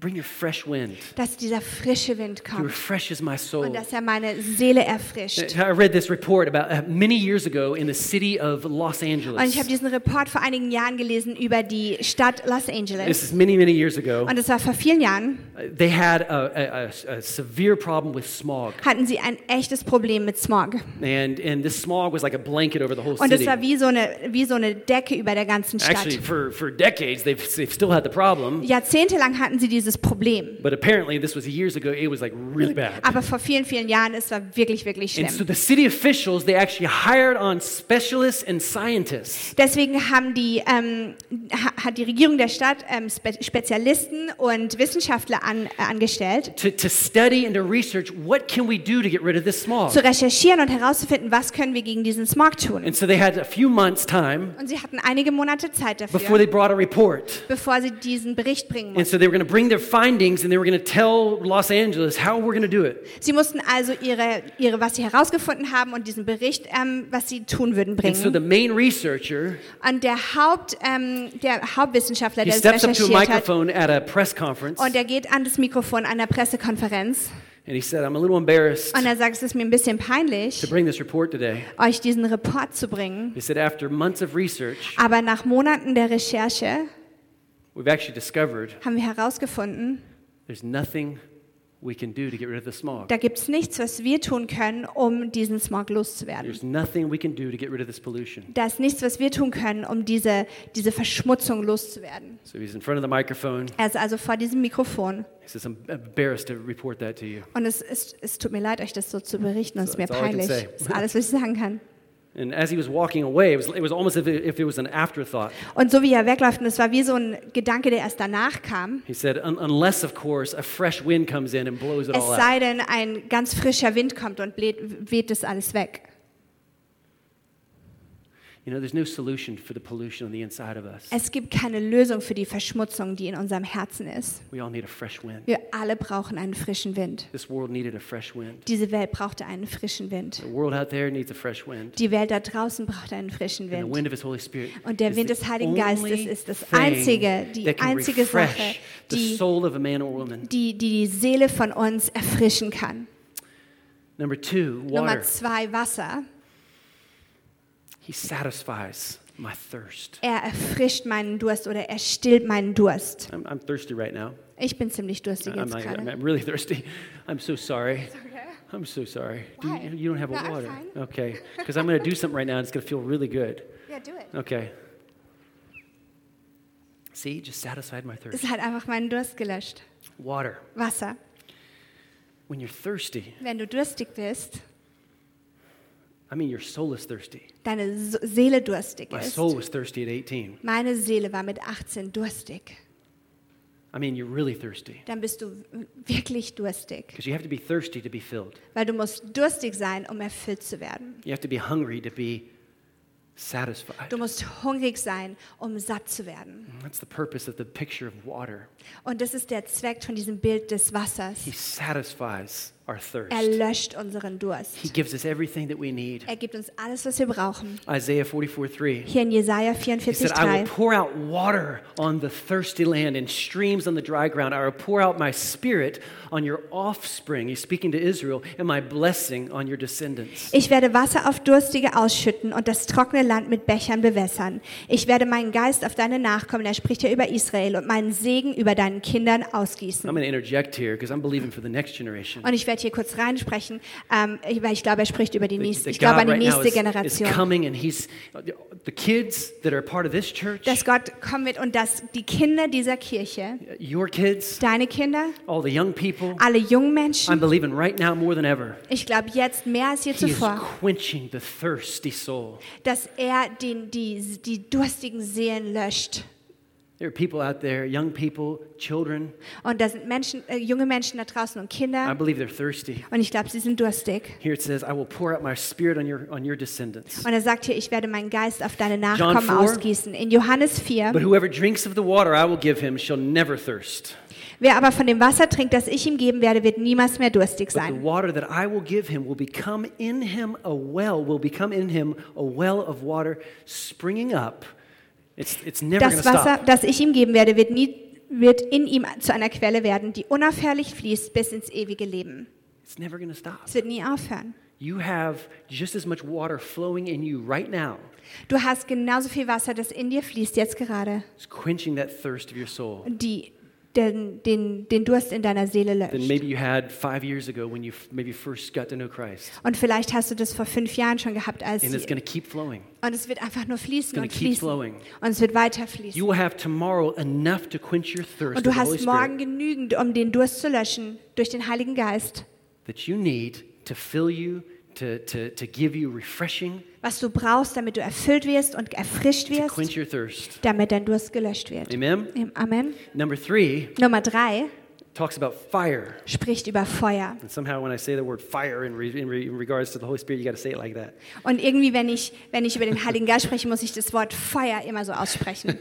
Bring your fresh wind.
dass dieser frische Wind
He
kommt
refreshes my soul. Uh,
und dass er meine Seele erfrischt.
I read this report about uh, many years ago in the city of Los
Und
Angeles.
ich habe diesen Report vor einigen Jahren gelesen über die Stadt Los
This
Angeles.
is many, many years ago.
Und das war vor vielen Jahren,
Uh, They had a, a- a- a severe problem with smog.
hatten sie ein echtes Problem mit Smog.
And, and this smog was like a blanket over the whole
Und es
city.
war wie so, eine, wie so eine Decke über der ganzen
Actually,
Stadt.
for, for decades, they've, they've still had the problem.
Jahrzehntelang hatten sie dieses Problem.
But apparently, this was years ago. It was like really bad.
Aber vor vielen, vielen Jahren, es war wirklich, wirklich
And so
schlimm.
the city officials, they actually hired on specialists and scientists
Deswegen haben die, ähm, ha- hat die Regierung der Stadt ähm, Spe Spezialisten und Wissenschaftler an, äh, angestellt,
to, to study and to research what can we do to get rid of this smog.
zu recherchieren und herauszufinden, was können wir gegen diesen Smog tun.
And so they had a few months time
Und sie hatten einige Monate Zeit dafür.
before they brought a report.
bevor sie diesen Bericht bringen
And
mussten.
so they were going to bring their findings and they were going to tell Los Angeles how we're going to do it.
Sie mussten also ihre, ihre, was sie herausgefunden haben und diesen Bericht, ähm, was sie tun würden,
And so the
bringen.
main researcher,
Und der, Haupt, ähm, der Hauptwissenschaftler,
he
der das
steps up to a
recherchiert hat,
microphone at a press conference
und er geht an das Mikrofon an der Pressekonferenz
and he said, I'm a little embarrassed
und er sagt, es ist mir ein bisschen
to
peinlich,
bring this report today.
euch diesen Report zu bringen.
He said, after months of research,
Aber nach Monaten der Recherche
we've actually discovered
haben wir herausgefunden,
there's nothing we can do to get rid of the smog.
da gibt es nichts, was wir tun können, um diesen Smog loszuwerden.
There's nothing we can do to get rid of this pollution.
Da ist nichts, was wir tun können, um diese, diese Verschmutzung loszuwerden.
So he's in front of the microphone.
Er ist also vor diesem Mikrofon.
He says, I'm embarrassed to report that to you.
Und es, es, es tut mir leid, euch das so zu berichten. Und es ist mir
That's all I can
peinlich.
say.
Das ist alles, was ich sagen kann.
And as he was walking away, it was, it was almost as if it was an afterthought.
Und so wie er wegläuft, und es war wie so ein Gedanke, der erst danach kam.
He said, Un- unless, of course, a fresh wind comes in and blows it
Es
all out.
sei denn, ein ganz frischer Wind kommt und bläht, weht das alles weg.
You know, there's no solution for the pollution on the inside of us.
Es gibt keine Lösung für die Verschmutzung, die in unserem Herzen ist.
We all need a fresh wind.
Wir alle brauchen einen frischen Wind.
This world needed a fresh wind.
Diese Welt brauchte einen frischen Wind.
The world out there needs a fresh wind.
Die Welt da draußen brauchte einen frischen
And the
Wind.
wind of His Holy Spirit.
Und der
is
Wind
the
des Heiligen
only
Geistes ist das
thing
einzige, die
that can
einzige
refresh
Sache,
the
die-
soul of a man or woman.
Die, die die Seele von uns erfrischen kann.
Number two,
Nummer
water.
zwei, Wasser.
He satisfies my thirst.
Er erfrischt meinen Durst oder er stillt meinen Durst.
I'm, I'm thirsty right now.
Ich bin ziemlich durstig
I'm,
jetzt
like, I'm
gerade.
I'm really thirsty. I'm so sorry. I'm so sorry. Do
Why?
you, you don't have
No,
a
I'm
water.
fine.
Okay. Because I'm going to do something right now and it's going to feel really good. Okay. See, just satisfied my thirst.
Es hat einfach meinen Durst gelöscht.
Water.
Wasser.
When you're thirsty,
Wenn du durstig bist,
I mean, your soul is thirsty.
deine S- Seele durstig
My
ist.
soul was thirsty at 18.
Meine Seele war mit 18 durstig.
I mean, you're really thirsty.
dann bist du wirklich durstig.
Because you have to be thirsty to be filled,
Weil du musst durstig sein, um erfüllt zu werden.
you have to be hungry to be satisfied.
Du musst hungrig sein, um satt zu werden.
And That's the purpose of the picture of water.
Und das ist der Zweck von diesem Bild des Wassers.
He satisfies our
Er
thirst,
löscht unseren
He
Durst.
gives us everything that we need.
Er gibt uns alles, was wir brauchen.
Isaiah 44 3.
Hier in Jesaja
He said, I will
44,3.
pour out water on the thirsty land and streams on the dry ground. I will pour out my spirit on your offspring. He's speaking to Israel, and my blessing on your descendants.
Ich werde Wasser auf Durstige ausschütten und das trockene Land mit Bechern bewässern. Ich werde meinen Geist auf deine Nachkommen, er spricht ja über Israel, und meinen Segen über deinen Kindern ausgießen.
I'm going to interject here because I'm believing for the next generation.
Und ich werde hier kurz reinsprechen, ähm, ich- weil ich glaube, er spricht über die
That-
nächste,
that
ich glaube an
God
die
right now
nächste
is, is
Generation.
coming, and He's the kids that are part of this church,
Dass Gott kommen wird und dass die Kinder dieser Kirche,
your kids,
deine Kinder,
all the young people.
alle jungen
I'm
Menschen,
believing right now more than ever.
ich glaube jetzt mehr als je
He is
zuvor,
quenching the thirsty soul.
dass er den, die, die durstigen Seelen löscht.
There are people out there, young people, children.
Und da sind Menschen, äh, junge Menschen da draußen und
I
Kinder.
believe they're thirsty.
Und ich glaube, sie sind durstig.
Here it says, I will pour out my spirit on your, on your descendants.
Und er sagt hier, ich werde meinen Geist auf deine
John
Nachkommen
4.
ausgießen. In Johannes 4.
But whoever drinks of the water I will give him shall never thirst.
Wer aber von dem Wasser trinkt, das ich ihm geben werde, wird niemals mehr durstig
But the
sein.
water that I will give him will become in him a well, will become in him a well of water springing up. It's, it's never going to
Das Wasser,
stop.
das ich ihm geben werde, wird, nie, wird in ihm zu einer Quelle werden, die unaufhörlich fließt bis ins ewige Leben.
It's never going to stop.
Es wird nie aufhören.
You have just as much water flowing in you right now.
Du hast genauso viel Wasser, das in dir fließt jetzt gerade,
It's quenching that thirst of your soul
die den, den, den Durst in deiner Seele
than
löscht.
maybe you had five years ago when you f- maybe first got to know Christ.
Und vielleicht hast du das vor fünf Jahren schon gehabt, als
And it's going to keep flowing.
und es wird einfach nur fließen
gonna
und
keep
fließen
flowing.
und es wird weiter fließen.
You will have tomorrow enough to quench your thirst
Und
with
du
the Holy
hast
Spirit
morgen genügend, um den Durst zu löschen durch den Heiligen Geist,
that you need to fill you, to, to, to give you refreshing,
was du brauchst, damit du erfüllt wirst und erfrischt
to
wirst,
quench your thirst.
damit dein Durst gelöscht wird.
Amen?
Amen.
Number three
Nummer drei
talks about fire.
spricht über Feuer.
And somehow when I say the word fire in, re, in, re, in regards to the Holy Spirit, you got to say it like that.
Und irgendwie, wenn ich, wenn ich über den Heiligen Geist spreche, muss ich das Wort Feuer immer so aussprechen.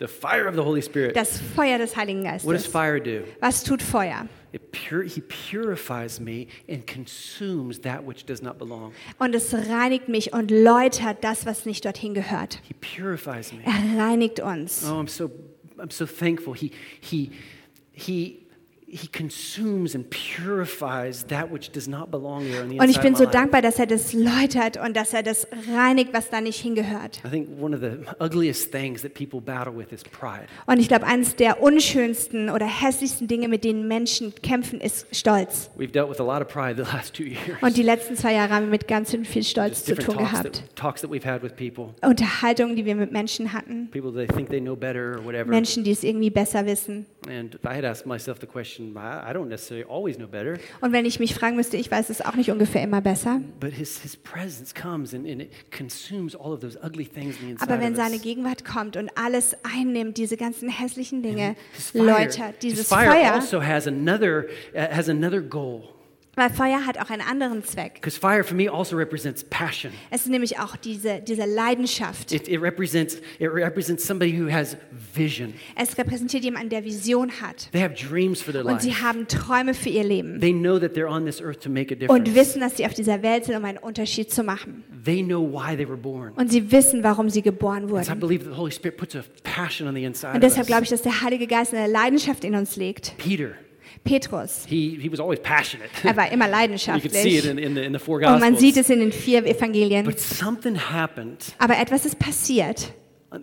the fire of the Holy Spirit.
Das Feuer des Heiligen
What does
Geistes.
fire do?
Was tut Feuer?
It pur- he purifies me and consumes that which does not belong.
Und es reinigt mich und läutert das, was nicht dorthin gehört.
He purifies me.
Er reinigt uns.
Oh, I'm so I'm so thankful. He he he he consumes and purifies that which does not belong there on the
Und ich
inside
bin
of my
so
life.
dankbar, dass er das läutert und dass er das reinigt, was da nicht hingehört.
I think one of the ugliest things that people battle with is pride.
Und ich glaube, eines der unschönsten oder hässlichsten Dinge, mit denen Menschen kämpfen, ist Stolz.
We've dealt with a lot of pride the last two years.
Und die letzten zwei Jahre haben wir mit ganz schön viel Stolz
Just
zu
different
tun
talks
gehabt.
that, talks that we've had with people.
Unterhaltungen, die wir mit Menschen hatten.
People they think they know better or whatever.
Menschen, die es irgendwie besser wissen.
And I had asked myself the question, I, I don't necessarily always know better,
Und wenn ich mich fragen müsste, ich weiß es auch nicht ungefähr immer besser.
but his, his presence comes and, and it consumes all of those ugly things on the inside
Aber wenn
of us.
seine Gegenwart kommt und alles einnimmt, diese ganzen hässlichen Dinge,
His fire-
läutert
his
dieses
fire,
Feuer.
also has another uh, has another goal
Weil Feuer hat auch einen anderen Zweck.
because fire for me also represents passion.
Es ist nämlich auch diese, diese Leidenschaft.
It, it represents it represents somebody who has vision.
Es repräsentiert jemanden, der Vision hat.
They have dreams for their
Und
life.
sie haben Träume für ihr Leben.
They know that they're on this earth to make a
Und
difference.
wissen, dass sie auf dieser Welt sind, um einen Unterschied zu machen.
They know why they were born.
Und sie wissen, warum sie geboren
And so I
wurden.
believe that the Holy Spirit puts a passion on the inside.
Und deshalb
of
glaube
us.
ich, dass der Heilige Geist eine Leidenschaft in uns legt.
Peter,
Petrus,
he he was always passionate.
er war immer
you could see it
leidenschaftlich.
in, in the in the four
Und man sieht
gospels.
es in den vier Evangelien.
But something happened uh,
Aber etwas ist passiert,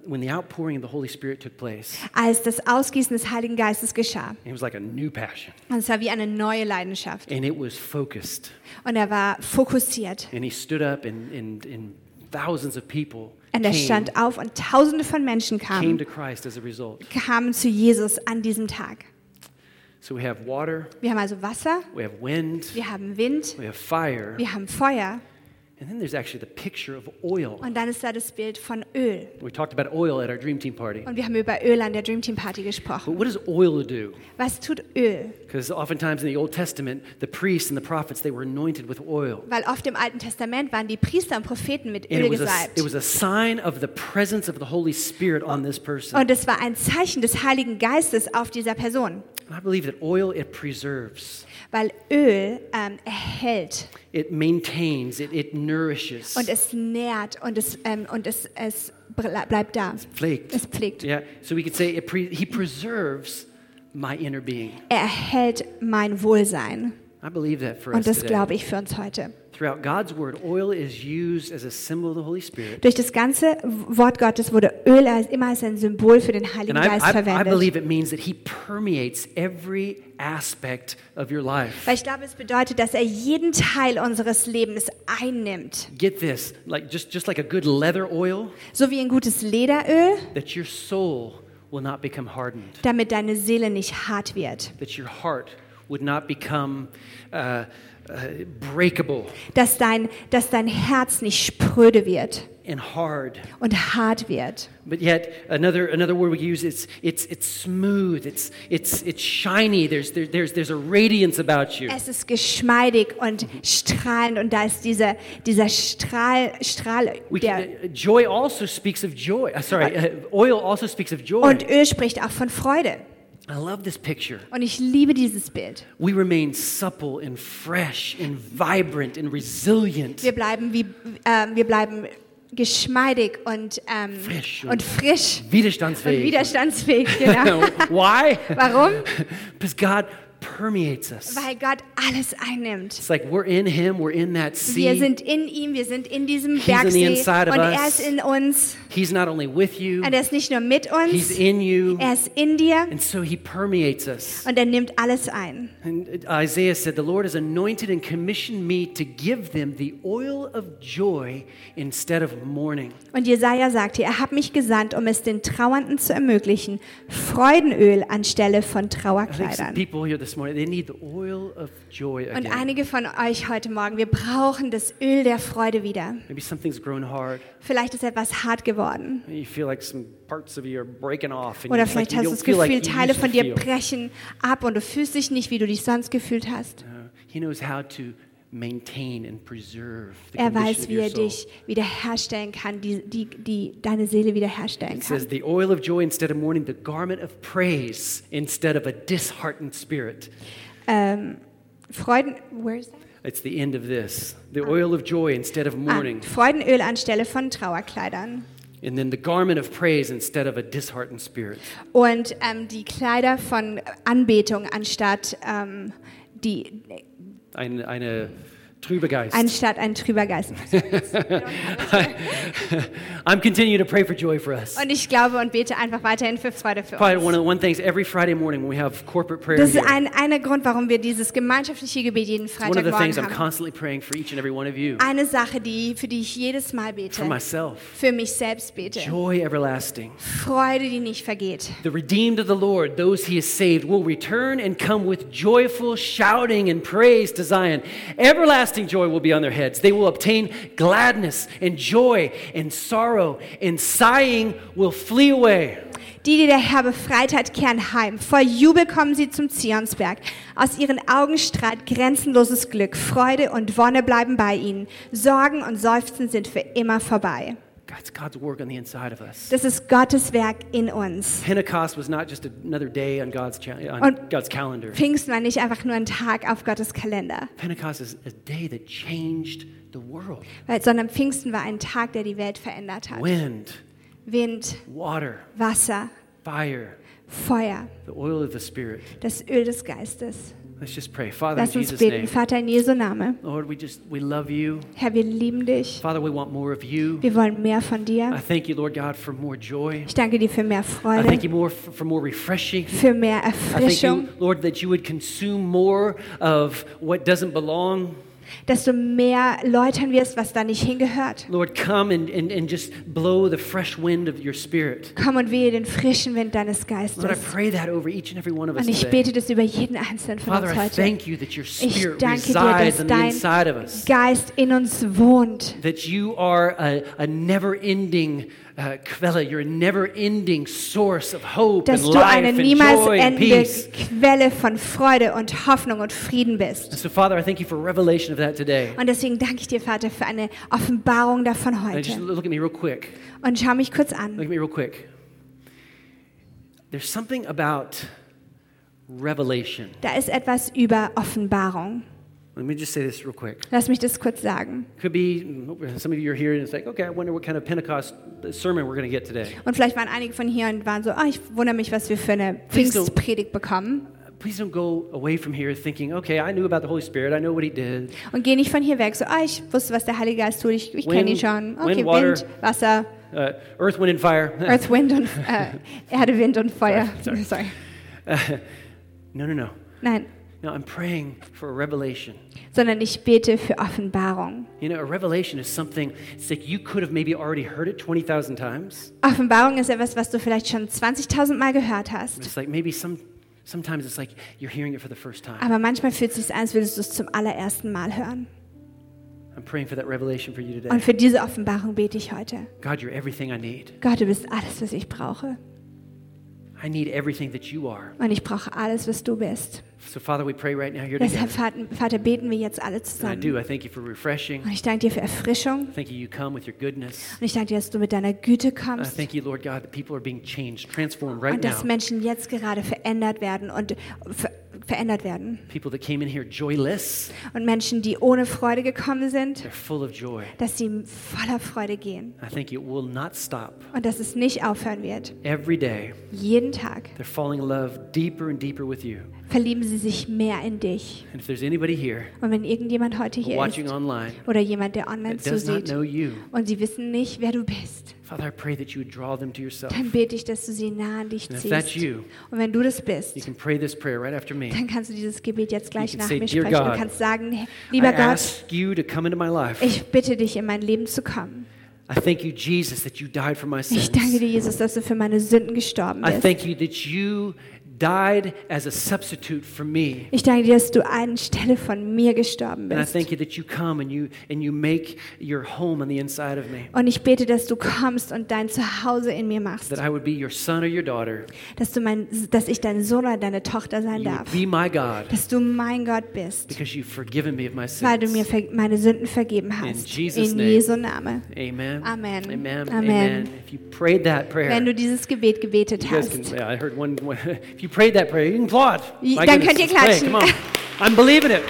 when the outpouring of the Holy Spirit took place.
als das Ausgießen des Heiligen Geistes geschah.
It was like a new passion.
Und es war wie eine neue Leidenschaft.
And it was focused.
Und er war fokussiert.
And he stood up, and, and, and thousands of people
Und er stand auf und Tausende von Menschen
came
kamen,
to Christ as a result.
kamen zu Jesus an diesem Tag.
So we have water,
Wir haben also Wasser,
we have wind,
wir haben Wind,
we have fire,
wir haben Feuer
And then there's actually the picture of oil.
Und dann ist da das Bild von Öl.
We talked about oil at our dream team party.
Und wir haben über Öl an der Dream Team Party
But
gesprochen.
what does oil do?
Was tut Öl?
Because oftentimes in the Old Testament, the priests and the prophets, they were anointed with oil.
Weil oft im Alten Testament waren die Priester und Propheten mit
And
Öl
it was, a,
gesalbt.
it was a sign of the presence of the Holy Spirit on this person.
Und es war ein Zeichen des Heiligen Geistes auf dieser Person.
And I believe that oil, it preserves,
Weil Öl ähm, erhält
it maintains, it, it nourishes.
und es nährt und es, ähm, und es, es ble- bleibt da.
pflegt.
Es pflegt.
Yeah, so we could say it pre- he preserves my inner being.
Er erhält mein Wohlsein.
I believe that for
Und
us
das
today.
glaube ich für uns heute.
Throughout God's word, oil is used as a symbol of the Holy Spirit.
Durch das ganze Wort Gottes wurde Öl als, immer als ein Symbol für den Heiligen
And I,
Geist
I, I
verwendet.
believe it means that he permeates every aspect of your life.
Weil ich glaube, es bedeutet, dass er jeden Teil unseres Lebens einnimmt.
Get this, like just, just like a good leather oil,
So wie ein gutes Lederöl,
that your soul will not become hardened,
damit deine Seele nicht hart wird.
that your heart would not become uh, uh, breakable
Dass dein, dass dein Herz nicht spröde wird
and hard.
und hart wird.
But yet another another word we use it's it's it's smooth, it's it's it's shiny. There's there, there's there's a radiance about you.
Es ist geschmeidig und strahlend und da ist dieser, dieser Strahl, Strahl
We
der,
can, uh, joy also speaks of joy. Uh, sorry, uh, oil also speaks of joy.
und Öl spricht auch von Freude.
I love this picture.
Und ich liebe dieses Bild.
We remain supple and fresh and vibrant and resilient.
Wir bleiben, wie, ähm, wir bleiben geschmeidig und, ähm,
Frisch und-
und frisch und
Widerstandsfähig.
widerstandsfähig. Genau.
Why?
Warum?
Because God permeates us.
Weil Gott alles einnimmt.
It's like we're in Him, we're in that
Wir
sea.
sind in ihm, wir sind in diesem
He's on the
Bergsee und
inside of
er
us.
ist in uns.
He's not only with you,
Und er ist nicht nur mit
He's
uns,
in you.
er ist in dir
And so He permeates us.
und er nimmt alles ein.
And Isaiah said, The Lord has anointed and commissioned me to give them the oil of joy instead of mourning.
Und Jesaja sagte, er hat mich gesandt, um es den Trauernden zu ermöglichen, Freudenöl anstelle von
I think some
Trauerkleidern.
people here this morning, they need the oil of joy
Und
again.
einige von euch heute Morgen, wir brauchen das Öl der Freude wieder.
Maybe something's grown hard.
Vielleicht ist etwas hart geworden.
And you feel like some parts of you are breaking off. And you,
Oder
like,
vielleicht
you
hast du
don't
das
feel like
Gefühl,
you
Teile
used to
von dir
feel.
brechen ab und du fühlst dich nicht, wie du dich sonst gefühlt hast.
Uh, He knows how to maintain and preserve the
Er
condition of
weiß, wie
your
er
soul.
dich wiederherstellen kann, die, die, die deine Seele wiederherstellen
It says,
kann.
the oil of joy instead of mourning, the garment of praise instead of a disheartened spirit.
Ähm, Freuden, where is that?
It's the end of this. The oil of joy instead of
Ah,
mourning.
Freudenöl anstelle von Trauerkleidern.
And then the garment of praise instead of a disheartened spirit.
Und ähm, die Kleider von Anbetung anstatt, ähm, die,
Ein, eine trübe Geist.
anstatt ein trüber Geist.
I'm continuing to pray for joy for us.
Und ich glaube und bete einfach weiterhin für Freude für
Probably one
uns.
of the one things every Friday morning when we have corporate prayer
Das ist
here,
ein, einer Grund, warum wir dieses gemeinschaftliche Gebet jeden
it's one of the things I'm
Freitagmorgen haben.
constantly praying for each and every one of you,
Eine Sache, die, für die ich jedes
for
Mal bete,
myself.
für mich selbst bete.
Joy everlasting.
Freude, die nicht vergeht.
The redeemed of the Lord, those he has saved, will return and come with joyful shouting and praise to Zion. Everlasting joy will be on their heads. They will obtain gladness and joy and sorrow and sighing will flee away.
Die, die der Herr befreit hat, kehren heim. Voll Jubel kommen sie zum Zionsberg. Aus ihren Augen strahlt grenzenloses Glück. Freude und Wonne bleiben bei ihnen. Sorgen und Seufzen sind für immer vorbei.
God's God's work on the inside of us.
Das ist Gottes Werk in uns.
Pentecost was not just another day on God's cha- on
Und-
God's calendar.
Pfingsten war nicht einfach nur ein Tag auf Gottes Kalender,
Pentecost is a day that changed the world.
weil- sondern Pfingsten war ein Tag, der die Welt verändert hat.
Wind,
Wind,
water,
Wasser,
fire,
Feuer,
the oil of the Spirit.
das Öl des Geistes.
Let's just pray. Father, in
Lass uns
Jesus'
beten,
name,
Vater in Jesu Name.
Lord, we just we love you.
Herr, wir lieben dich.
Father, we want more of you.
Wir wollen mehr von
I
dir.
thank you, Lord God, for more joy.
Ich danke dir für mehr
I
Freude.
thank you more f- for more refreshing.
für mehr
I thank
Erfrischung.
you, Lord, that you would consume more of what doesn't belong.
desto mehr läutern wir es, was da nicht hingehört.
Lord, come and, and, and just blow the fresh wind of your spirit.
Komm und wehe den frischen Wind deines
Lord, I
Geistes.
pray that over each and every one of us
Und ich
today.
bete das über jeden einzelnen von
Father,
uns
I
heute.
thank you that your
Ich
spirit
danke dir, dass
resides on the
dein
inside of us.
Geist in uns wohnt.
That you are a, a never ending uh, Quelle, you're a never ending source of hope
Dass
and
du
life
eine
and
niemals
joy and
endende
peace.
Quelle von Freude und Hoffnung und Frieden bist.
And so, Father, I thank you for revelation of that today.
Und deswegen danke ich dir, Vater, für eine Offenbarung davon
And just
heute.
look at me real quick.
Und schau mich kurz
Look
an.
at me real quick. There's something about revelation.
Da ist etwas über Offenbarung.
Let me just say this real quick.
Lass mich das kurz sagen.
Could be mm, some of you are here and it's like, okay, I wonder what kind of Pentecost sermon we're going to get today.
Und vielleicht waren einige von hier und waren so, ah, ich wundere mich, was wir für eine
Please don't-
Pfingstpredigt bekommen.
Please don't go away from here thinking, okay, I knew about the Holy Spirit. I know what he did.
Und geh nicht von hier weg, so, ah, ich wusste, was der Heilige Geist tut, ich, ich
Wind-
kenne ihn schon. Okay,
wind, water.
Wind, Wasser,
Uh, earth, wind, and fire.
Earth, Wind und äh, Erde, Wind und Feuer.
Sorry,
Sorry.
no, no, no.
Nein,
No, I'm praying for a revelation.
sondern ich bete für Offenbarung.
You know, a revelation is something, it's like you could have maybe already heard it 20,000 times.
Offenbarung ist etwas, was du vielleicht schon 20.000 Mal gehört hast.
It's like maybe some, sometimes it's like you're hearing it for the first time.
Aber manchmal fühlt es sich an, als würdest du es zum allerersten Mal hören.
I'm praying for that revelation for you
Und
today.
für diese Offenbarung bete ich heute.
God, you're everything I need.
Gott, du bist alles, was ich brauche.
I need everything that you are.
Und ich brauche alles, was du bist.
So, Father, we pray right now here together.
Deshalb, Vater, Vater, beten wir jetzt alle
And I
zusammen.
do. I thank you for refreshing.
Und ich danke dir für Erfrischung.
I thank you, you come with your goodness.
Und ich danke dir, dass du mit deiner Güte
I
kommst
thank you, Lord God, that people are being changed, transformed right
und dass
now.
Menschen jetzt gerade verändert werden und ver verändert werden.
People that came in here joyless,
Und Menschen, die ohne Freude gekommen sind,
they're full of joy.
dass sie voller Freude gehen
I thank you, it will not stop.
und dass es nicht aufhören wird.
Every day,
Jeden Tag
they're falling in love deeper and deeper with you.
verlieben sie sich mehr in dich.
And if there's anybody here
Und wenn irgendjemand heute hier ist
watching online
oder jemand, der online
that does not
zusieht
know you,
und sie wissen nicht, wer du bist,
Father, I pray that you would draw them to yourself.
dann bete ich, dass du sie nah an dich
And if that's
ziehst.
you,
Und wenn du das
You
bist,
can pray this prayer right after me.
dann kannst du dieses Gebet jetzt gleich
can
nach
say,
mir
"Dear
sprechen und
God,
kannst sagen,
I
lieber Gott,
ask you to come into my life.
Ich bitte dich, in mein Leben zu kommen.
I thank you, Jesus, that you died for my
Ich danke
sins.
dir, Jesus, dass du für meine Sünden gestorben
I
bist.
thank you that you died as a substitute for me.
Ich danke dir, dass du anstelle von mir gestorben
And I
bist.
thank you that you come and you and you make your home on the inside of me.
Und ich bete, dass du kommst und dein Zuhause in mir machst.
That I would be your son or your daughter.
Dass, du mein, dass ich dein Sohn oder deine Tochter sein
You
darf.
would be my God
Dass du mein Gott bist,
because you've forgiven me of my
weil du mir
sins.
ver meine Sünden vergeben
In
hast.
Jesus'
In
name.
Jesu Name.
Amen.
Amen.
Amen.
Amen.
Amen. If you prayed that
Wenn
prayer,
du dieses Gebet gebetet
you guys can,
hast,
yeah, I heard one, one. If you prayed that prayer, you can applaud.
Y-
My
dann
goodness,
könnt ihr
let's play.
klatschen.
Come on. I'm believing it.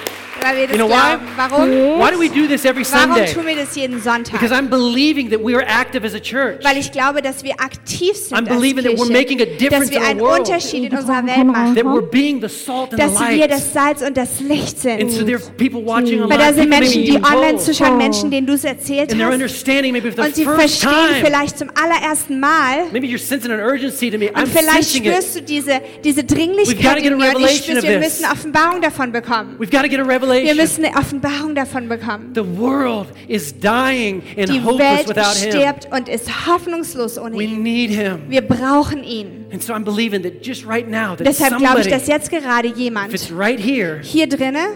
weil wir
You
das
know why?
glauben. Warum?
Why do we do this every
Warum
Sunday?
tun wir das jeden
Because
Sonntag?
I'm believing that we are active as a church.
Weil ich glaube, dass wir aktiv sind
I'm
als
believing that we're making a
Kirche,
difference in
dass wir
our
einen
world.
Unterschied in unserer Welt machen.
That we're being the salt and the
dass wir
light.
das Salz und das Licht
And so
sind.
there are people watching
Weil
online.
da sind
people
Menschen,
maybe
die
even
online
both.
zuschauen, Menschen, denen du es erzählt
And they're
hast.
understanding maybe for the
Und sie
first
verstehen
time.
vielleicht zum allerersten Mal.
Maybe you're sensing an urgency to me. I'm
Und vielleicht
sensing it.
spürst du diese, diese
We've gotta
Dringlichkeit
get a
in mir. Und ich
revelation
spürst,
of
wir
this.
müssen Offenbarung davon bekommen.
We've got to get a
Wir
revelation.
müssen eine Offenbarung davon bekommen.
The world is dying and
Die
hopeless
Welt
without Him.
stirbt und ist hoffnungslos ohne
We
ihn.
need Him.
Wir brauchen ihn.
And so I'm believing that just right now, that
Deshalb glaube ich,
somebody,
dass
if
jetzt gerade jemand
it's right here
hier drinnen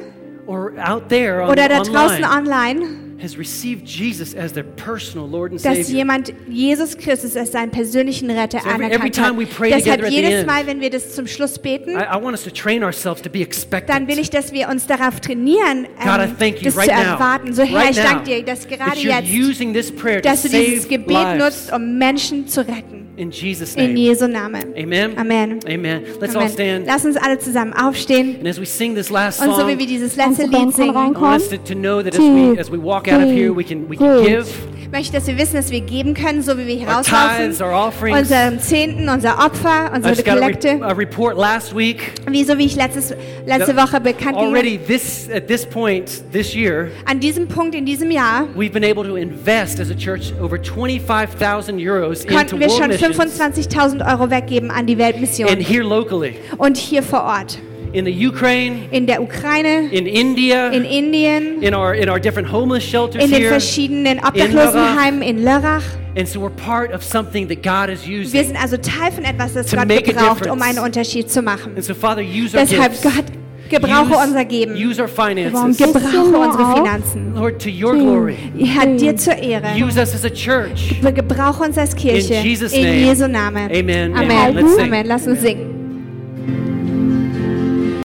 or out there on,
oder da draußen
online,
online,
has received Jesus as their personal Lord and
dass
Savior.
jemand Jesus Christus als seinen persönlichen Retter
every- every
anerkannt
time we pray
hat. Deshalb
together at the
jedes
end,
Mal, wenn wir das zum Schluss beten,
I, I want us to train ourselves to be
dann
expectant.
will ich, dass wir uns darauf trainieren,
God, I
ähm,
thank you
das
right
zu
now.
erwarten. So Herr,
right
ich
now,
danke dir, dass gerade
that you're
jetzt,
using this prayer to
dass du dieses
save
Gebet
lives.
nutzt, um Menschen zu retten.
In Jesus'
In
name.
Jesu Namen.
Amen.
Amen.
Amen. Let's all
Amen.
stand.
Lass uns alle zusammen aufstehen
and as we sing this last
und so
song,
wie wir dieses letzte
Kannst du
Lied
Band mal
singen,
I want us to, to know that as we, as we walk out of here, we can, we can give
möchte ich, dass wir wissen, dass wir geben können, so wie wir hier
our tithes,
rauslaufen.
our offerings.
Unseren Zehnten, unser Opfer,
I
unsere
just got a, re-
Kollekte.
a report last week.
Wie so wie ich letztes, letzte
that
Woche bekannt gegeben
already this at this point this year
an diesem Punkt in diesem Jahr
We've been able to invest as a church over 25,000 euros into
konnten wir
world
schon
missions
25.000 Euro weggeben an die
and
Weltmission
here locally.
und hier vor Ort.
in the Ukraine,
in der Ukraine,
in India,
in Indien,
in our in our different homeless shelters
in den
here.
verschiedenen Obdachlosenheimen in Lörrach.
And so we're part of something that God is
Wir
using.
sind also Teil von etwas, das
To
Gott
make a
gebraucht, um
difference.
einen Unterschied zu machen.
And so Father, use our
Deshalb,
gifts.
Gott, gebrauche
use,
unser Geben.
Use our finances.
Gib-
Gebrauche unsere Finanzen.
Lord, to your glory.
Herr, dir zur Ehre.
Use us as a church.
Gebrauche uns als Kirche.
In Jesus'
In
name.
Jesu Namen.
Amen. Amen.
Amen.
Let's sing.
Amen. Lass uns singen.